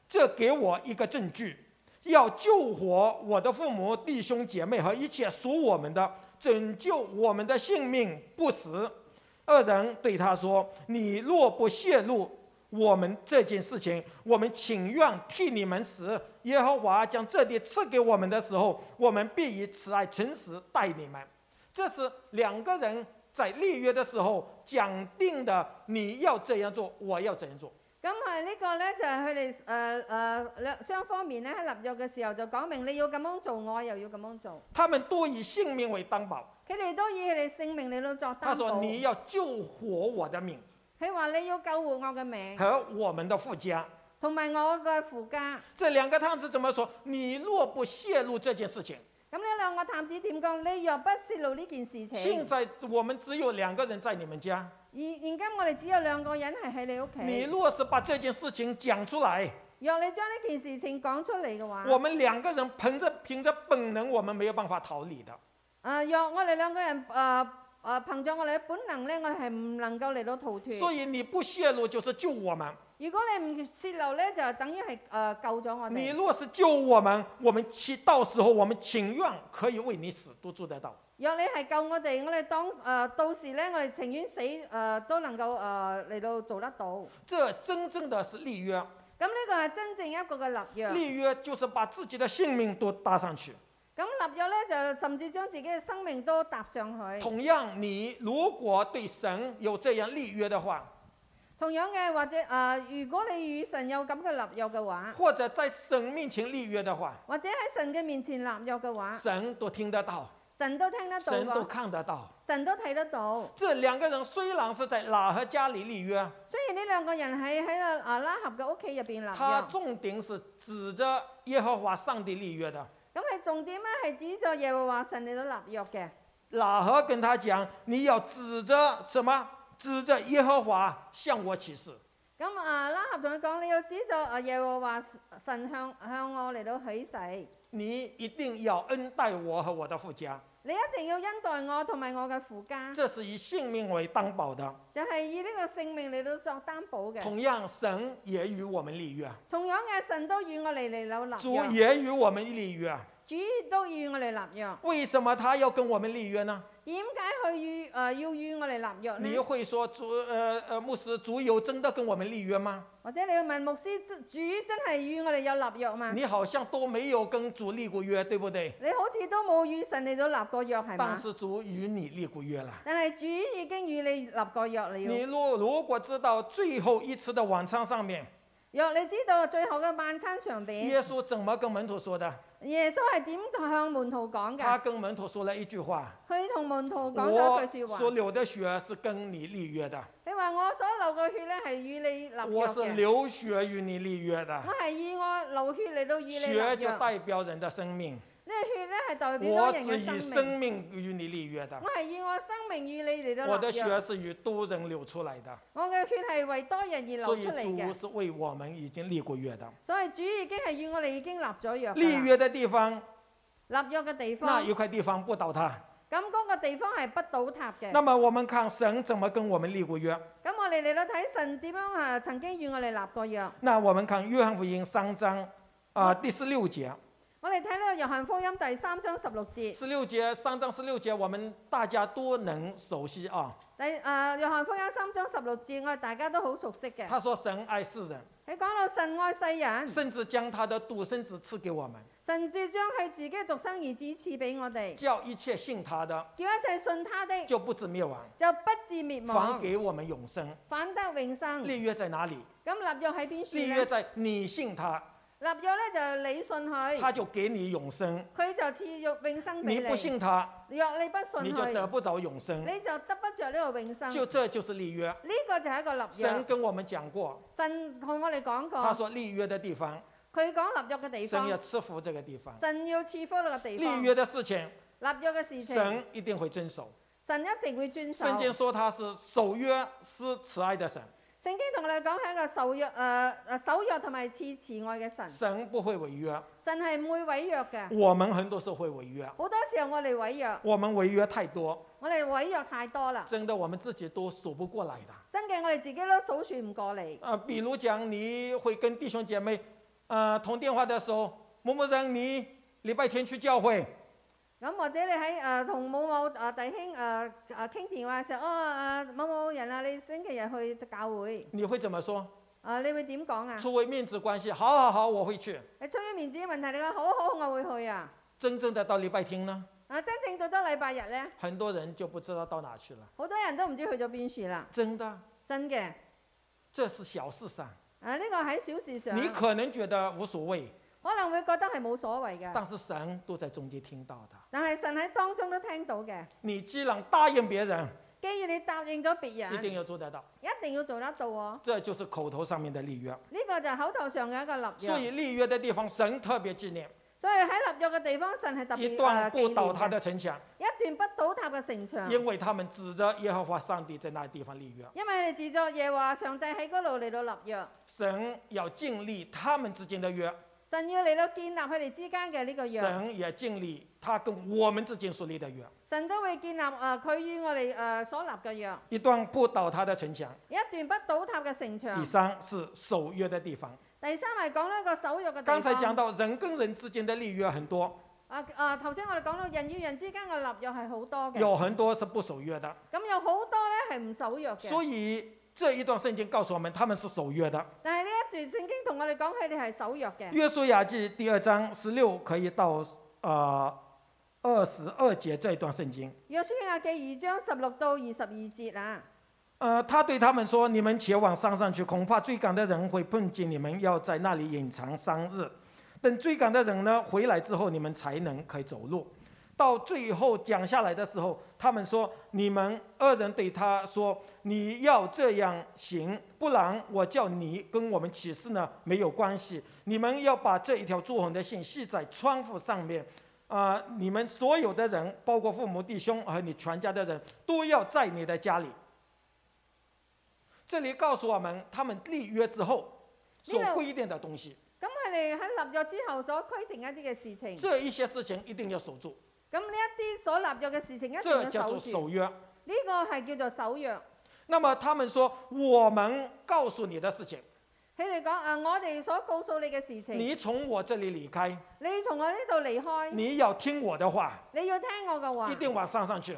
这给我一个证据，要救活我的父母、弟兄姐妹和一切属我们的，拯救我们的性命不死。二人对他说：“你若不泄露我们这件事情，我们情愿替你们死。耶和华将这地赐给我们的时候，我们必以慈爱诚实待你们。这是两个人在立约的时候讲定的，你要这样做，我要这样做。
咁啊，呢個咧就係佢哋誒誒兩雙方面咧喺立約嘅時候就講明你要咁樣做，我又要咁樣做。
他们都以性命为担保。
佢哋都以佢哋性命嚟到作
他
擔
说：“
保。
你要救活我的命
佢話你要救活我嘅命，
和我们的父家。
同埋我嘅父家。”
这两个探子怎么说？你若不泄露这件事情，
咁呢兩個探子點講？你若不泄露呢件事情，
现在我们只有两个人在你们家。
現現今我哋只有兩個人係喺你屋
你
企。
若是把这件事情讲出来，
若你將呢件事情講出嚟嘅話，
我们两个人凭着凭着本能，我们没有办法逃离的。
誒啊若我哋兩個人啊誒誒憑著我哋嘅本能咧，我哋係唔能夠嚟到逃脱。
所以你不泄露就是救我们，
如果你唔泄露咧，就等於係誒救咗我
你
哋。
若是救我们，我们其到时候我们情愿可以为你死，都做得到。
若你係救我哋，我哋當誒、呃到時咧，我哋情願死誒、呃都能夠誒嚟、到做得到。咁
这真正的是立约，
呢個係真正一個嘅立約。
立约就是把自己的性命都搭上去。
咁立約咧就甚至將自己嘅生命都搭上去。
同样，你如果对神有这样立约的话，
同樣嘅，或者誒、呃如果你與神有咁嘅立約嘅話，
或者在神面前立约的话，
或者喺神嘅面前立約嘅話，
神都听得到，
神都聽得到
神都
㗎，
看得到。
神都睇得到。
这两个人虽然是在喇合家里立约，
雖然呢兩個人喺喺啊啊拉合嘅屋企入邊立
他
約，
重点是指着耶和华上帝立约的。
咁係重點咧係指咗耶和華神嚟到立約嘅。
喇合跟他讲：“你要指着什么？指着耶和华向我起誓。
咁啊拉合同佢講，你要指咗啊耶和華神向向我嚟到起誓，
你一定要恩待我和我的父家。
你一定要恩待我同埋我嘅父家，
这是以性命为担保的。
就係、以呢個性命嚟到作擔保嘅。
同样，神也与我们立约，
同樣嘅，神都與我哋嚟到立
主
約，
也与我们立约。
主都與我哋立約。
为什么他要跟我们立约呢？
點解佢與誒、呃要與我哋立約
你
呢？
会说主呃呃牧师主有真的跟我们立约吗？
或者你要問牧師，主真係與我哋有立約嘛？
你好像都没有跟主立过约，对不对？
你好似都冇與神嚟到立過約係
但
嘛？
是主与你立过约了。
但係主已經與你立過約
你
了。
若如果知道最后一次的晚餐上面，
若你知道最後嘅晚餐上邊，
耶穌怎么跟门徒说的？
耶穌係點向門徒講
他
嘅？
跟门徒说了一句話：
佢同門徒講咗
我
一句説
所
話，
流的血是跟你立约的，
佢話我所流嘅血咧係與你立約
我是
嘅，
流血與你立約的
我。係以我流血嚟到與你立
血就
約。
代表人的生命，
呢個血咧係代表
我
咗人
是以
嘅生命，
生命与你立约的
我。係以我生命與你嚟
我
到
的
立約。
血是與多人流出來的，
我嘅血係為多人而
所
流
以
出嚟
主
嘅，
是為我們已經立過約的。
所以主已經係與我哋已經立咗約㗎
立
啦。
約的地方，
立約嘅地
那
方，
有塊地方不倒塌。
咁嗰個地方係不倒塌嘅。
那么我們看神怎麼跟我們立過約。
咁我哋嚟到睇神點樣啊，曾經與我哋立過約。
那我們看約翰福音三章啊、
嗯
第十六節，
我哋睇呢個約翰福音第三章十六節，第
十六节三章十六节，我們大家都能熟悉啊。
誒、呃、約翰福音三章十六節，我哋大家都好熟悉嘅。
他說神愛世人，
佢講到神愛世人，
甚至將他的獨生子賜給我們，
神至將佢自己獨生兒子賜俾我哋，
叫一切信他的
叫一切信他的
就不至滅亡，
就不至滅
反
亡，
給我們永生。
反得永生。
立約在哪裡？
咁立約喺邊處
立
咧
約？在你信他，
立約咧就係你信佢，
他就給你永生；
佢就賜約永生俾
你
你。
不信他，
若你不
你
信
就
佢，
得不着永生。
你就得不着呢個永生。
就這就是立約。
呢個就係一個立
神
約。
跟我們講過，
神同我哋講
他
過，
說立約的地方，
佢講立約嘅嗯地
神要
方，
賜福這個地方。
神要賜福呢個地
立
方。
約的事情，
立約嘅事情，
神一定會遵守。
神一定會遵守。
圣经
聖
说他是守约施慈愛的神，
經同我哋講係一個受約誒誒、呃守約同埋賜慈愛嘅神。
神不會違約。
神係唔會毀約嘅。
我們很多時候會違約，
好多時候我哋毀約，
我們違約太多，
我哋毀約太多啦，
真的我們自己都數不過來的。
真嘅我哋自己都數算唔過嚟。
呃，比如讲你会跟弟兄姐妹，呃，通电话的时候，某某人你礼拜天去教会，
咁或者你喺誒同某某誒弟兄誒誒傾電話嘅時候，哦誒某某人啊，你星期日去教會，
你會怎麼說？
誒你會點講啊？
出為面子關係，好好好，我會去。
你出於面子嘅問題，你話好好，我會去啊！
真正的到禮拜天呢，
啊真正到咗禮拜日咧，
很多人就不知道到哪去了。
好多人都唔知去咗邊處啦，
真的，
真嘅。
这是小事上，
啊呢個喺小事上，
你可能覺得無所謂，
可能會覺得係冇所謂嘅，
但是神都在中間聽到的。
但係神喺當中都聽到嘅。
你既然答應別人，
既然你答應咗別
一
人，
定要做得到，
一定要做得到喎、
這就是口頭上面的立約。
呢、個就係口頭上嘅一個立
所
約。
以立約的地方，神特別紀念，
所以喺立約嘅地方，神係特別
一
誒
段
紀
不
念
倒塌
嘅
的城牆。
一段不倒塌嘅城牆。
因为他们指着耶和华上帝在那地方立约，
因為你哋自作嘢話，上帝喺嗰度嚟到立約，
神要建立他们之间的约，
神要嚟到建立佢哋之間嘅呢個約，
神也建立他跟我们之间所立的约。
神都會建立誒佢與我哋誒、呃所立嘅約，
一段不倒塌的城墙。
一段不倒塌嘅城牆
第。三是守约的地方。
第三係講呢個守約嘅
刚才
地
讲
方。
到人跟人之间的立約很多，
啊啊！頭先我哋講到人與人之間嘅立約係好多嘅，
有很多是不守约的，
咁有好多咧係唔守約嘅。
所以这一段圣经告诉我们他们是守约的。
但係呢一段聖經同我哋講佢哋係守約嘅。
约书亚记第二章十六可以到呃二十二节这一段圣经。
約書亞記二章十六到二十二節啊，
呃，他对他们说：“你们前往山上去，恐怕追赶的人会碰见你们，要在那里隐藏三日。等追赶的人呢回来之后，你们才能可以走路。”到最后讲下来的时候，他们说：“你们二人对他说，你要这样行，不然我叫你跟我们起誓呢没有关系。你们要把这一条朱红的线系在窗户上面，啊、你们所有的人，包括父母、弟兄和你全家的人，都要在你的家里。”这里告诉我们，他们立约之后所
呢度
规定的东西，
咁佢哋喺立約之後所規定一啲嘅事情，
这一些事情一定要守住，
咁呢一啲所立約嘅事情一定
这
要
叫
守
做
住。
守约。
呢個係叫做守約。
那么他们说，我们告诉你的事情，
佢哋講啊，我哋所告訴你嘅事情，
你從我這里离开，
你從我呢度離開，
你要聽我的话，
你要聽我嘅話
一，定往山上去。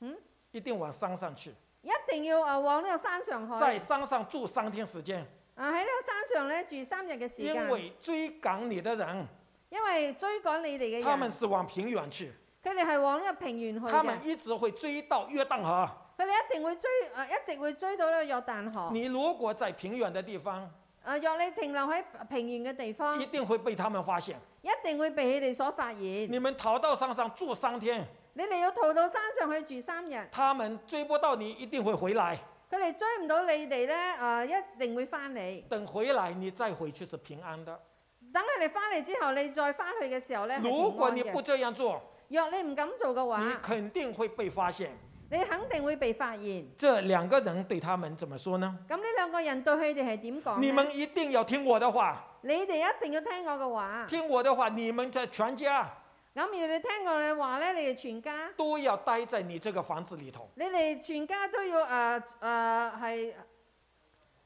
嗯，
一定往山上去，
一定要啊往呢個山上
在
去。
山上住三天時間，
啊喺呢個山上咧住三日嘅時
因
間，
為追趕你的人，
因為追趕你哋嘅
他們
人，
是往平原去，
佢哋係往呢個平原去
他
嘅
們，一直會追到約旦河。
佢哋一定會追啊一直會追到呢個約旦河。
你如果在平原的地方，
啊，若你停留喺平原嘅地方，
一定會被他們發現。
一定會被佢哋所發現。
你们逃到山上住三天，
你哋要逃到山上去住三日，
他们追不到你，一定會回來。
佢哋追唔到你哋咧，啊、一定會翻嚟。
等回來你再回去是平安的。
等佢哋翻嚟之後，你再翻去嘅時候咧，係
如
平
果
安
你不
嘅。
這樣做，
若你唔敢做嘅
你
話，
肯定會被發現。
你肯定會被發現。
這兩個人對他們怎麼說呢？
咁呢兩個人對佢哋係點講呢
你們一定要聽我的話，
你哋一定要聽我嘅話。
聽我的話，你們的全家
咁要你聽我嘅話咧，你哋全家，
都要待在你這個房子裏頭。
你哋全家都要誒誒係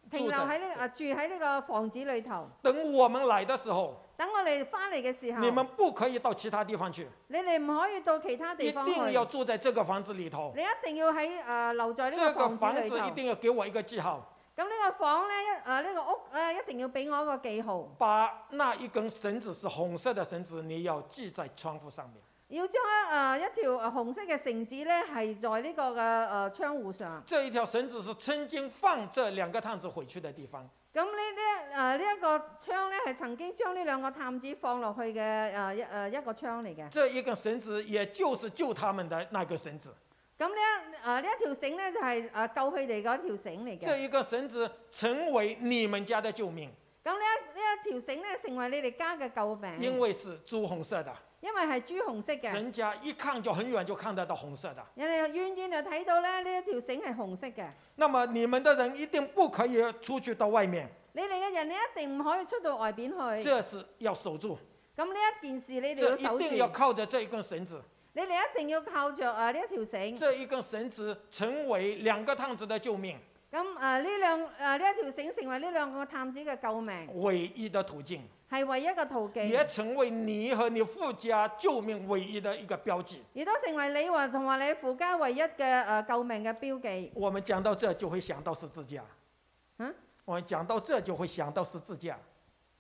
停留喺呢、啊住喺呢個房子裏頭。
等我們來的時候，
等我哋翻嚟嘅時候，
你們不可以到其他地方去，
你哋唔可以到其他
一
地方去。
定要住在這個房子裏頭。
你一定要喺誒、呃留在呢
這
個
個
房子
房
裏頭。
子一定要給我一個記號。
咁呢個房咧一誒呢、個屋咧一定要俾我一個記號，
把那一根绳子是红色的绳子，你要系在窗户上面。
要將誒、呃一條誒紅色嘅繩子咧係在呢個嘅誒、呃窗户上。
这一条绳子是曾經放这兩個探子回去的地方，
咁呢啲誒呢一個窗咧係曾經將呢兩個探子放落去嘅誒一誒一個窗嚟嘅。
這一根绳子也就是救他們的那根绳子。
咁呢誒呢一條繩咧就係、呃救佢哋嗰條繩嚟
這
嘅。
一根绳子成為你們家的救命，
咁呢一呢一條繩咧成為你哋家嘅救
因
命，
為是朱紅色的，
因為係朱紅色嘅。
人家一看就很遠就看得到紅色的。
人哋遠遠就睇到咧，呢一條繩係紅色嘅。
那麼你們的人一定不可以出去到外面，
你哋嘅人，你一定唔可以出到外邊去。
這是要守住，
咁呢哎一件事，你哋
這
要
一
守
定要
住。
靠着這一根繩子，
你哋一定要靠着啊呢一條繩。
這一根繩子成為兩個探子的救命，
咁啊呢兩啊呢一條繩成為呢兩個探子嘅救命，
唯一的途徑。
係唯一嘅途
也
徑，
成为你和你父家救命唯一的一个标记。
亦都成為你和同埋你父家唯一嘅啊救命嘅標記。
我们讲到这就会想到十字架，
嗯，
我们讲到这就会想到十字架，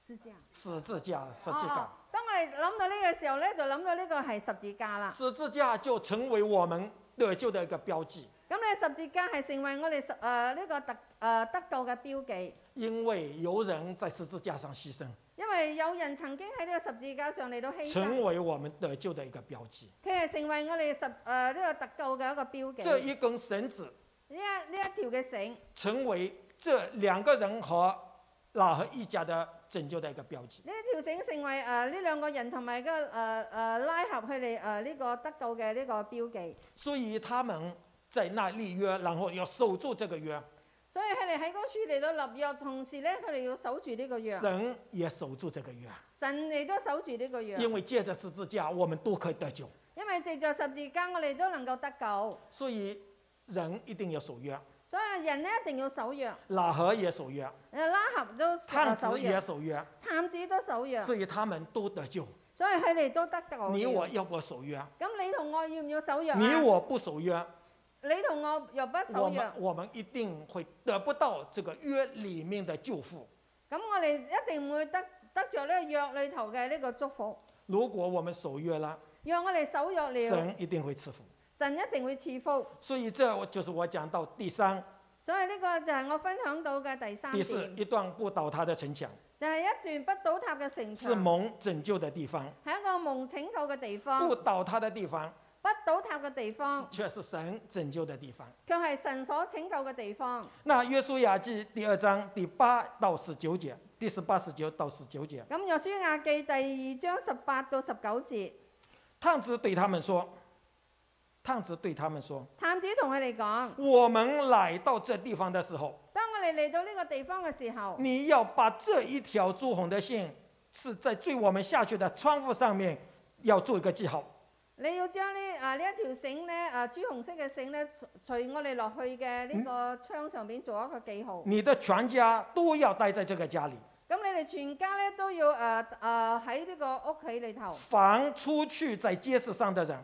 十字架。
十字架，十字
哦
架，，
當我哋諗到呢個時候咧，就諗到呢個係十字架啦。
十字架就成为我们得救的一个标记，
咁你十字架係成為我哋十啊呢個特啊得救嘅標記。
因為有人在十字架上犧牲，
因為有人曾經喺呢個十字架上嚟到犧牲，
成為我们得救的一个标记。
佢係成為我哋十誒呢個特救嘅一個標
这
記。
一根绳子
呢一呢一條嘅繩
成為这两个人和老和一家的拯救的一个标记。
呢一條繩成為誒呃呢兩個人同埋個誒誒拉合佢哋呃誒呢個得救嘅呢個標記。
所以他们在那立约，然后要守住這個約。
所以佢哋喺嗰處嚟到立約，同時咧佢哋要守住呢個約，
神也守住這個約，
神亦都守住呢個約。
因為借着十字架，我們都可以得救。
因為藉着十字架，我哋都能夠得救，
所以人一定要守約，
所以人呢一定要守約。
喇合也守約，
誒拉合都
探
誒守
子也
約，
守約，
探子都守約，
所以他們都得救。
所以佢哋都得救。
你我要不守約，
咁你同我要唔要守約啊？
你我不守約，
你同我若不
我
守約，
們我們一定會得不到這個約裡面的救赎。
咁我哋一定唔會得得着呢個約裏頭嘅呢個祝福。
如果我們守約了，
若我哋守約了，
神一定會賜福。
神一定會賜福。
所以這就是我講到第三，
所以呢個就係我分享到嘅第三
第
點，
四，一段不倒塌的城墙
就係一段不倒塌嘅城
是
牆，
蒙拯救的地方，
係一個蒙拯救嘅地方
不，倒塌的地方
不倒塌嘅地方，
却是神拯救的地方。
卻係神所拯救嘅地方。
那约书亚记第二章第八到十九节，第十八、十九到十九节，
咁約書亞記第二章十八到十九節，
探子对他们说：“探子对他们说，
探子同佢哋講：
我们来到这地方的时候，
當我哋嚟到呢個地方嘅時候，
你要把这一条朱红的线是在坠我们下去的窗户上面，要做一个记号。
你要將呢啊呢一條繩呢，啊朱紅色嘅繩呢，隨隨我哋落去嘅呢
嗯
個窗上邊做一個記號。
你的全家都要待在这个家里，
咁你哋全家咧都要誒誒喺呢個屋企裏頭，
凡出去在街市上的人，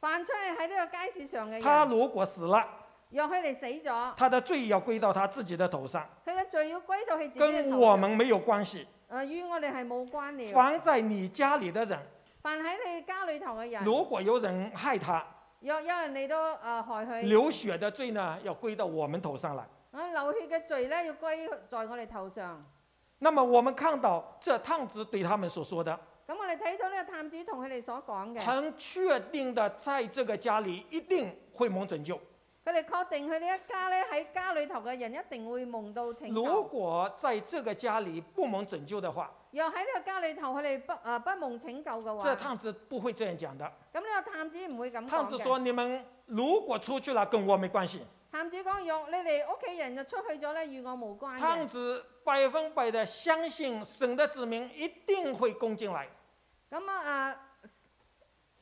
犯出去喺呢個街市上嘅
他
人，
如果死了，
若佢哋死咗，
他的罪要归到他自己的头上，
佢嘅罪要歸到佢自己嘅
跟
頭
我
上。
们没有關係。
誒與我哋係冇關聯。
凡在你家里的人，
犯喺你哋家裏頭嘅人，
如果有人害他，
若有人嚟到誒、呃害佢，
流血的罪呢，要归到我们头上来。
咁流血嘅罪咧要歸在我哋頭上。
那么我们看到这趟子对他们所说的，
咁我哋睇到呢個探子同佢哋所講嘅，
很确定的，在这个家里一定会蒙拯救。
佢哋確定佢哋一家咧喺家裏頭嘅人一定會夢到拯救。
如果在这个家里不蒙拯救的話，
若喺呢個家裏頭佢哋不誒、呃不夢拯救嘅
这
話，
趟子不会这样讲的。
咁呢個探子唔會咁
探
講
子
嘅。
说：“你們如果出去了，跟我沒關係。
探子講：若你哋屋企人就出去咗咧，與我無關
探
嘅。
子百分百的相信神的子民一定會攻進來，
咁啊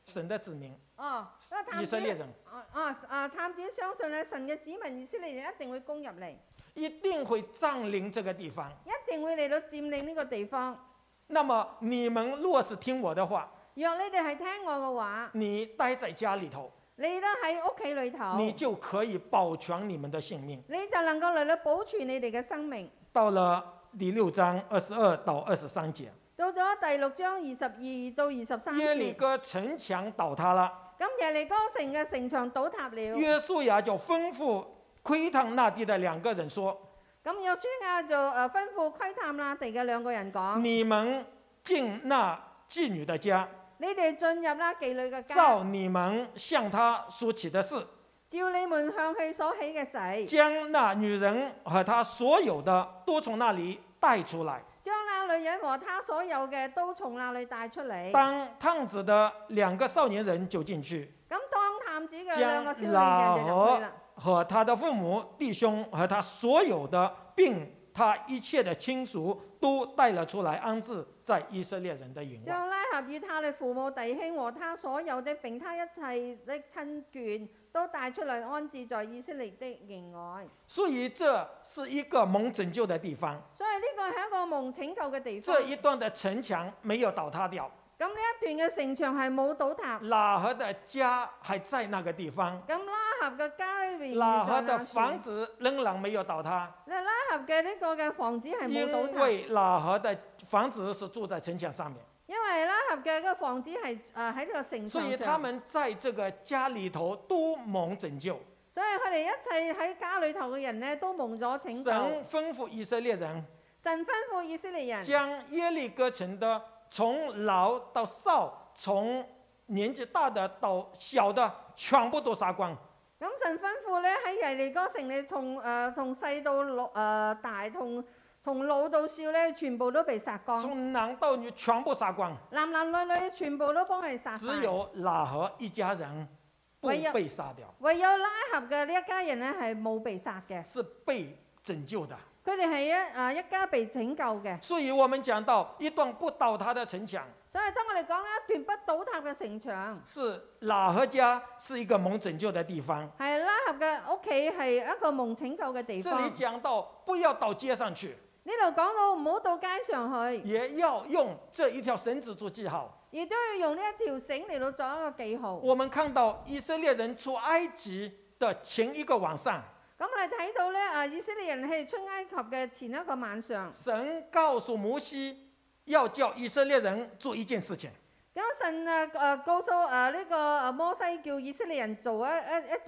神的子民，
誒哦，嗰個探
以色
子
列人
啊啊啊！探子相信咧，神嘅子民以色列人一定會攻入嚟，
一定會佔領這個地方。
一定會嚟到佔領呢個地方。
那麼你們若是聽我的話，
若你哋係聽我嘅話，
你待在家裡頭，
你都喺屋企裏頭，
你就可以保全你們的性命。
你就能夠嚟到保存你哋嘅生命。
到了第六章二十二到二十三節，
到咗第六章二十二到二十三
耶利
節，
哥城牆倒塌了，
咁耶利哥城嘅城牆倒塌了。
約書亞就吩咐窥探那地的兩個人說。”
咁約書亞就誒呃吩咐窺探那地嘅兩個人講：
你们进那妓女的家，
你哋進入啦妓女嘅家，
照你们向她所起的事，
照你們向佢所起嘅洗，
将那女人和她所有的都从那里带出来。
將那女人和她所有嘅都從那裏帶出嚟。
当探子的兩個少年人就进去，
咁當探子嘅
將
兩個少年人就入去啦，
和他的父母、弟兄和他所有的，并他一切的亲屬都带了出来，安置在以色列人的营外。
將拉合與他哋父母弟兄和他所有的並他一切的親眷都帶出嚟安置在以色列的營外。
所以这是一个蒙拯救的地方。
所以呢個係一個蒙拯救嘅地方。
这一段的城墙没有倒塌掉。
咁呢一段嘅城牆係冇倒塌，
喇合的家还在那个地方，
咁拉合嘅家裏面
喇
住
合
在
的
那
房
處。
子仍然没有倒塌，
咧拉合嘅呢個嘅房子係
因
冇倒塌，
为喇合的房子是住在城墙上面，
因為拉合嘅個房子係誒喺呢個城
所以
牆
他
上，
们在这个家里头都蒙拯救。
所以佢哋一切喺家裏頭嘅人呢，都蒙咗拯
神
救。
吩咐以色列人
神吩咐以色列人。
将耶利哥城的从老到少，从年纪大的到小的，全部都杀光。
咁神吩咐咧喺耶利哥城裏從誒從細到老誒、呃大，同從老到少咧，全部都被殺光，
从男到女全部杀光，
男男女女全部都幫佢哋殺
只
曬。
有喇合一家人不
唯有
被杀掉。
唯有拉合嘅呢一家人咧係冇被殺嘅，
是被拯救的。
佢哋係一誒、呃一家被拯救嘅。
所以我们讲到一段不倒塌的城墙，
所以當我哋講咧一段不倒塌嘅城牆，
是喇合家是一个蒙拯救的地方。
係拉合嘅屋企係一個蒙拯救嘅地
这
方。
里
呢
讲到不要到街上去，
度講到唔好到街上去，
也要用这一条绳子做记号。
亦都要用呢一條繩嚟到做一個記號。
我们看到以色列人出埃及的前一个晚上，
咁我哋睇到咧，啊以色列人喺出埃及嘅前一個晚上，
神告诉摩西要叫以色列人做一件事情，
咁神啊誒、呃告訴誒呢個呃摩西叫以色列人做一一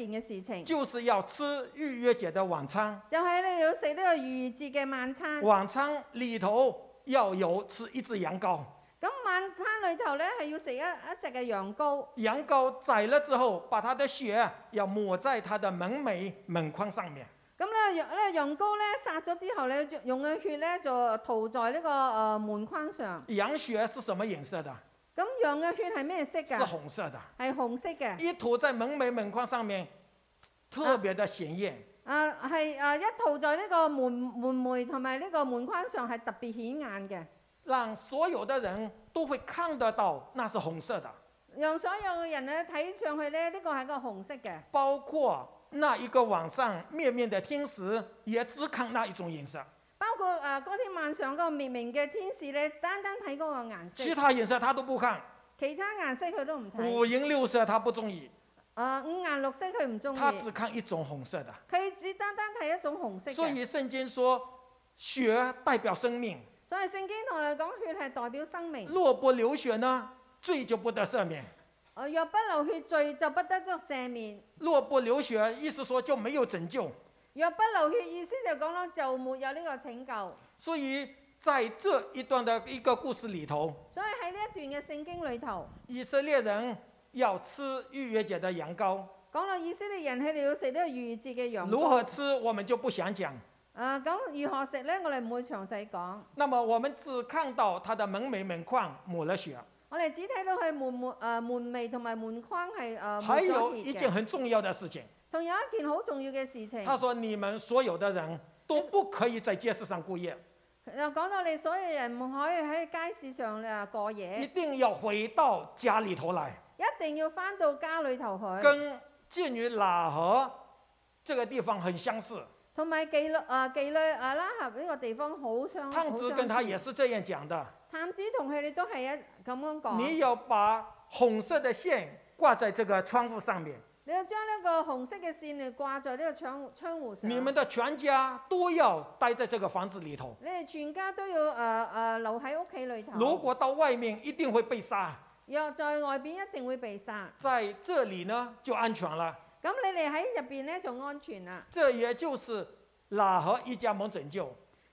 一件嘅事情，
就是要吃逾越节的晚餐，
就係、你要食呢個逾越節嘅晚餐。
晚餐里头要有吃一只羊羔，
咁晚餐裏頭咧係要食一一隻嘅羊羔，
羊羔宰了之后，把它的血要抹在它的门楣门框上面，
咁咧羊咧羊羔咧殺咗之後咧，用嘅血咧就塗在呢、個誒、呃、門框上。
羊血是什么颜色的？
咁羊嘅血係咩色
是
㗎？
红色的，
係紅色嘅。
一涂在门楣门框上面，特别的显艳。
啊，係啊，一套在呢個門門楣同埋呢個門框上係特別顯眼嘅，
让所有的人都会看得到那是紅色的，
讓所有嘅人咧睇上去咧，呢、個係個紅色嘅，
包括那一个晚上面面的天使也只看那一种颜色，
包括啊嗰天晚上嗰個滅明嘅天使咧，單單睇嗰個顏
其
色，
他顏色他都不看，
其他顏色佢都唔睇。
五颜六色他不中意，
啊、五顏六色佢唔中意，
他只看一種紅色的。
佢只單單睇一種紅色
所
嘅。
以聖經說，血代表生命，
所以聖經同你講，血係代表生命。
若不流血呢，罪就不得赦免；
啊若不流血罪就不得作赦免，
若不流血，意思说就没有拯救。
若不流血意思就講到就沒有呢個拯救。
所以在这一段的一个故事里头，
所以喺呢一段嘅聖經裏頭。
以色列人要吃逾越节的羊羔，
講到以色列人佢哋要食呢個逾越節嘅羊
如何
羔，
吃我们就不想讲。
啊咁、如何食呢？我哋唔會詳細講，
那么我们只看到它的门楣门框抹了血，
我哋只睇到佢門門誒門楣同埋門框係誒
还
滿
有
咗
一
血
件
嘅。
很重要的事情，
仲有一件好重要嘅事情，
他说你们所有的人都不可以在街市上过夜，
又講到你所有人唔可以喺街市上誒過
一
夜，
定要回到家里头来，
一定要翻到家裏頭去。
跟妓女喇合这个地方很相似。
同埋妓女誒妓女誒拉合呢個地方好相啊好
探子跟他
相
也
似。
是这样讲的，
探子同佢哋都係一咁樣
你
講，
要把红色的线挂在这个窗户上面，
你要將呢個紅色嘅線嚟掛在呢個窗窗户上。
你们的全家都要待在这个房子里头。
你哋全家都要誒誒、呃呃留喺屋企裏頭。
如果到外面一定会被杀，
若在外邊一定會被殺，
在这里呢就安全了。
咁你哋喺入邊咧就安全啊啦。
这也就是喇合一家蒙拯救，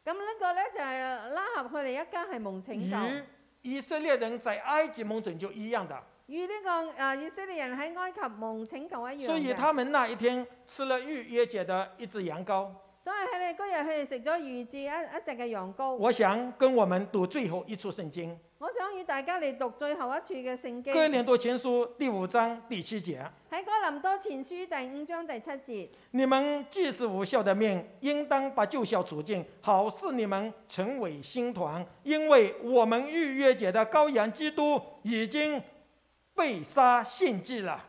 咁呢個咧就係、拉合佢哋一家係蒙拯
与
救，
以色列人在埃及蒙拯救一样的。
與呢、個誒、呃以色列人喺埃及蒙拯救一樣嘅
所以他们那一天吃了逾越节的一只羊羔，
所以佢哋嗰日佢哋食咗預至一一隻嘅羊羔。
我想跟我们读最後一处聖經
我想與大家嚟讀最後一處嘅聖
《
經，
哥林多前書》第五章第七節：
喺哥林多前書第五章第七節。
你们既是无效的命，应当把旧效除尽，好使你们成为新团。因为我们逾越节的羔羊基督已经被杀献祭了。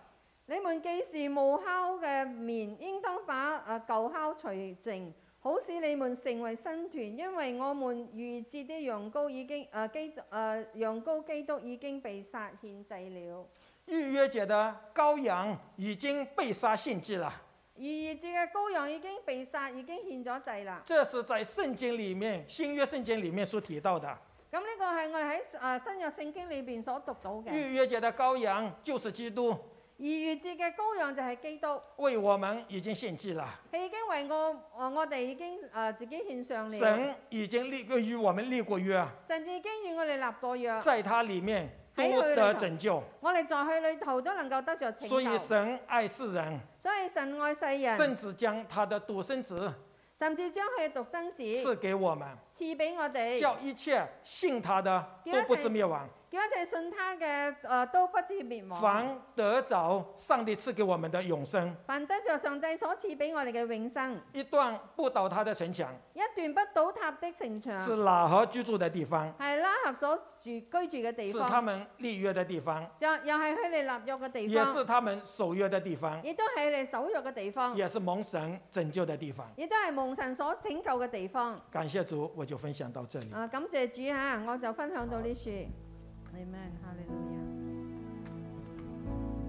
你們既是無酵嘅面，應當把誒舊酵除淨，好使你們成為新團。因為我們逾節的羊羔已經誒、呃基誒、呃羊羔基督已經被殺獻祭了。
逾越节的羔羊已经被杀献祭了，
逾越節嘅羔羊已經被殺，已經獻咗祭啦。
这是在圣经里面新约圣经里面所提到的。
咁呢個係我哋喺誒新約聖經裏邊所讀到嘅。
逾越节的羔羊就是基督，
逾越節嘅羔羊就係基督，
为我们已经献祭了，
佢已經為我我我哋已經誒、呃自己獻上了。神
神已经立与我们立过约，
已經與我哋立過約，
在他里面
还有
都
一
得
个
拯救。
我哋在佢裏頭都能夠得着拯
所以
救。
神爱世人，
所以神愛世人，
甚至将他的独生子
甚至將佢嘅獨生子
赐给我们，
賜俾我哋，
叫一切信他的
第
都
二
不至
层
灭亡，
叫一切信他嘅誒都不至滅亡，
凡得着上帝赐给我们的永生。
凡得着上帝所賜俾我哋嘅永生，
一段不倒塌的城墙
一段不倒塌的城牆，
是喇合居住的地方，
係拉合所住居住嘅地
是他
方，
们立约的地方，
就又係佢哋立約嘅地
也
方，
是他们守约的地方，
亦都係佢哋守約嘅地方，
也是蒙神拯救的地方。
亦都係蒙神所拯救嘅地方。
感谢主，我就分享到这里。
啊啊，感謝主嚇，我就分享到呢處。你咩？哈利路亞。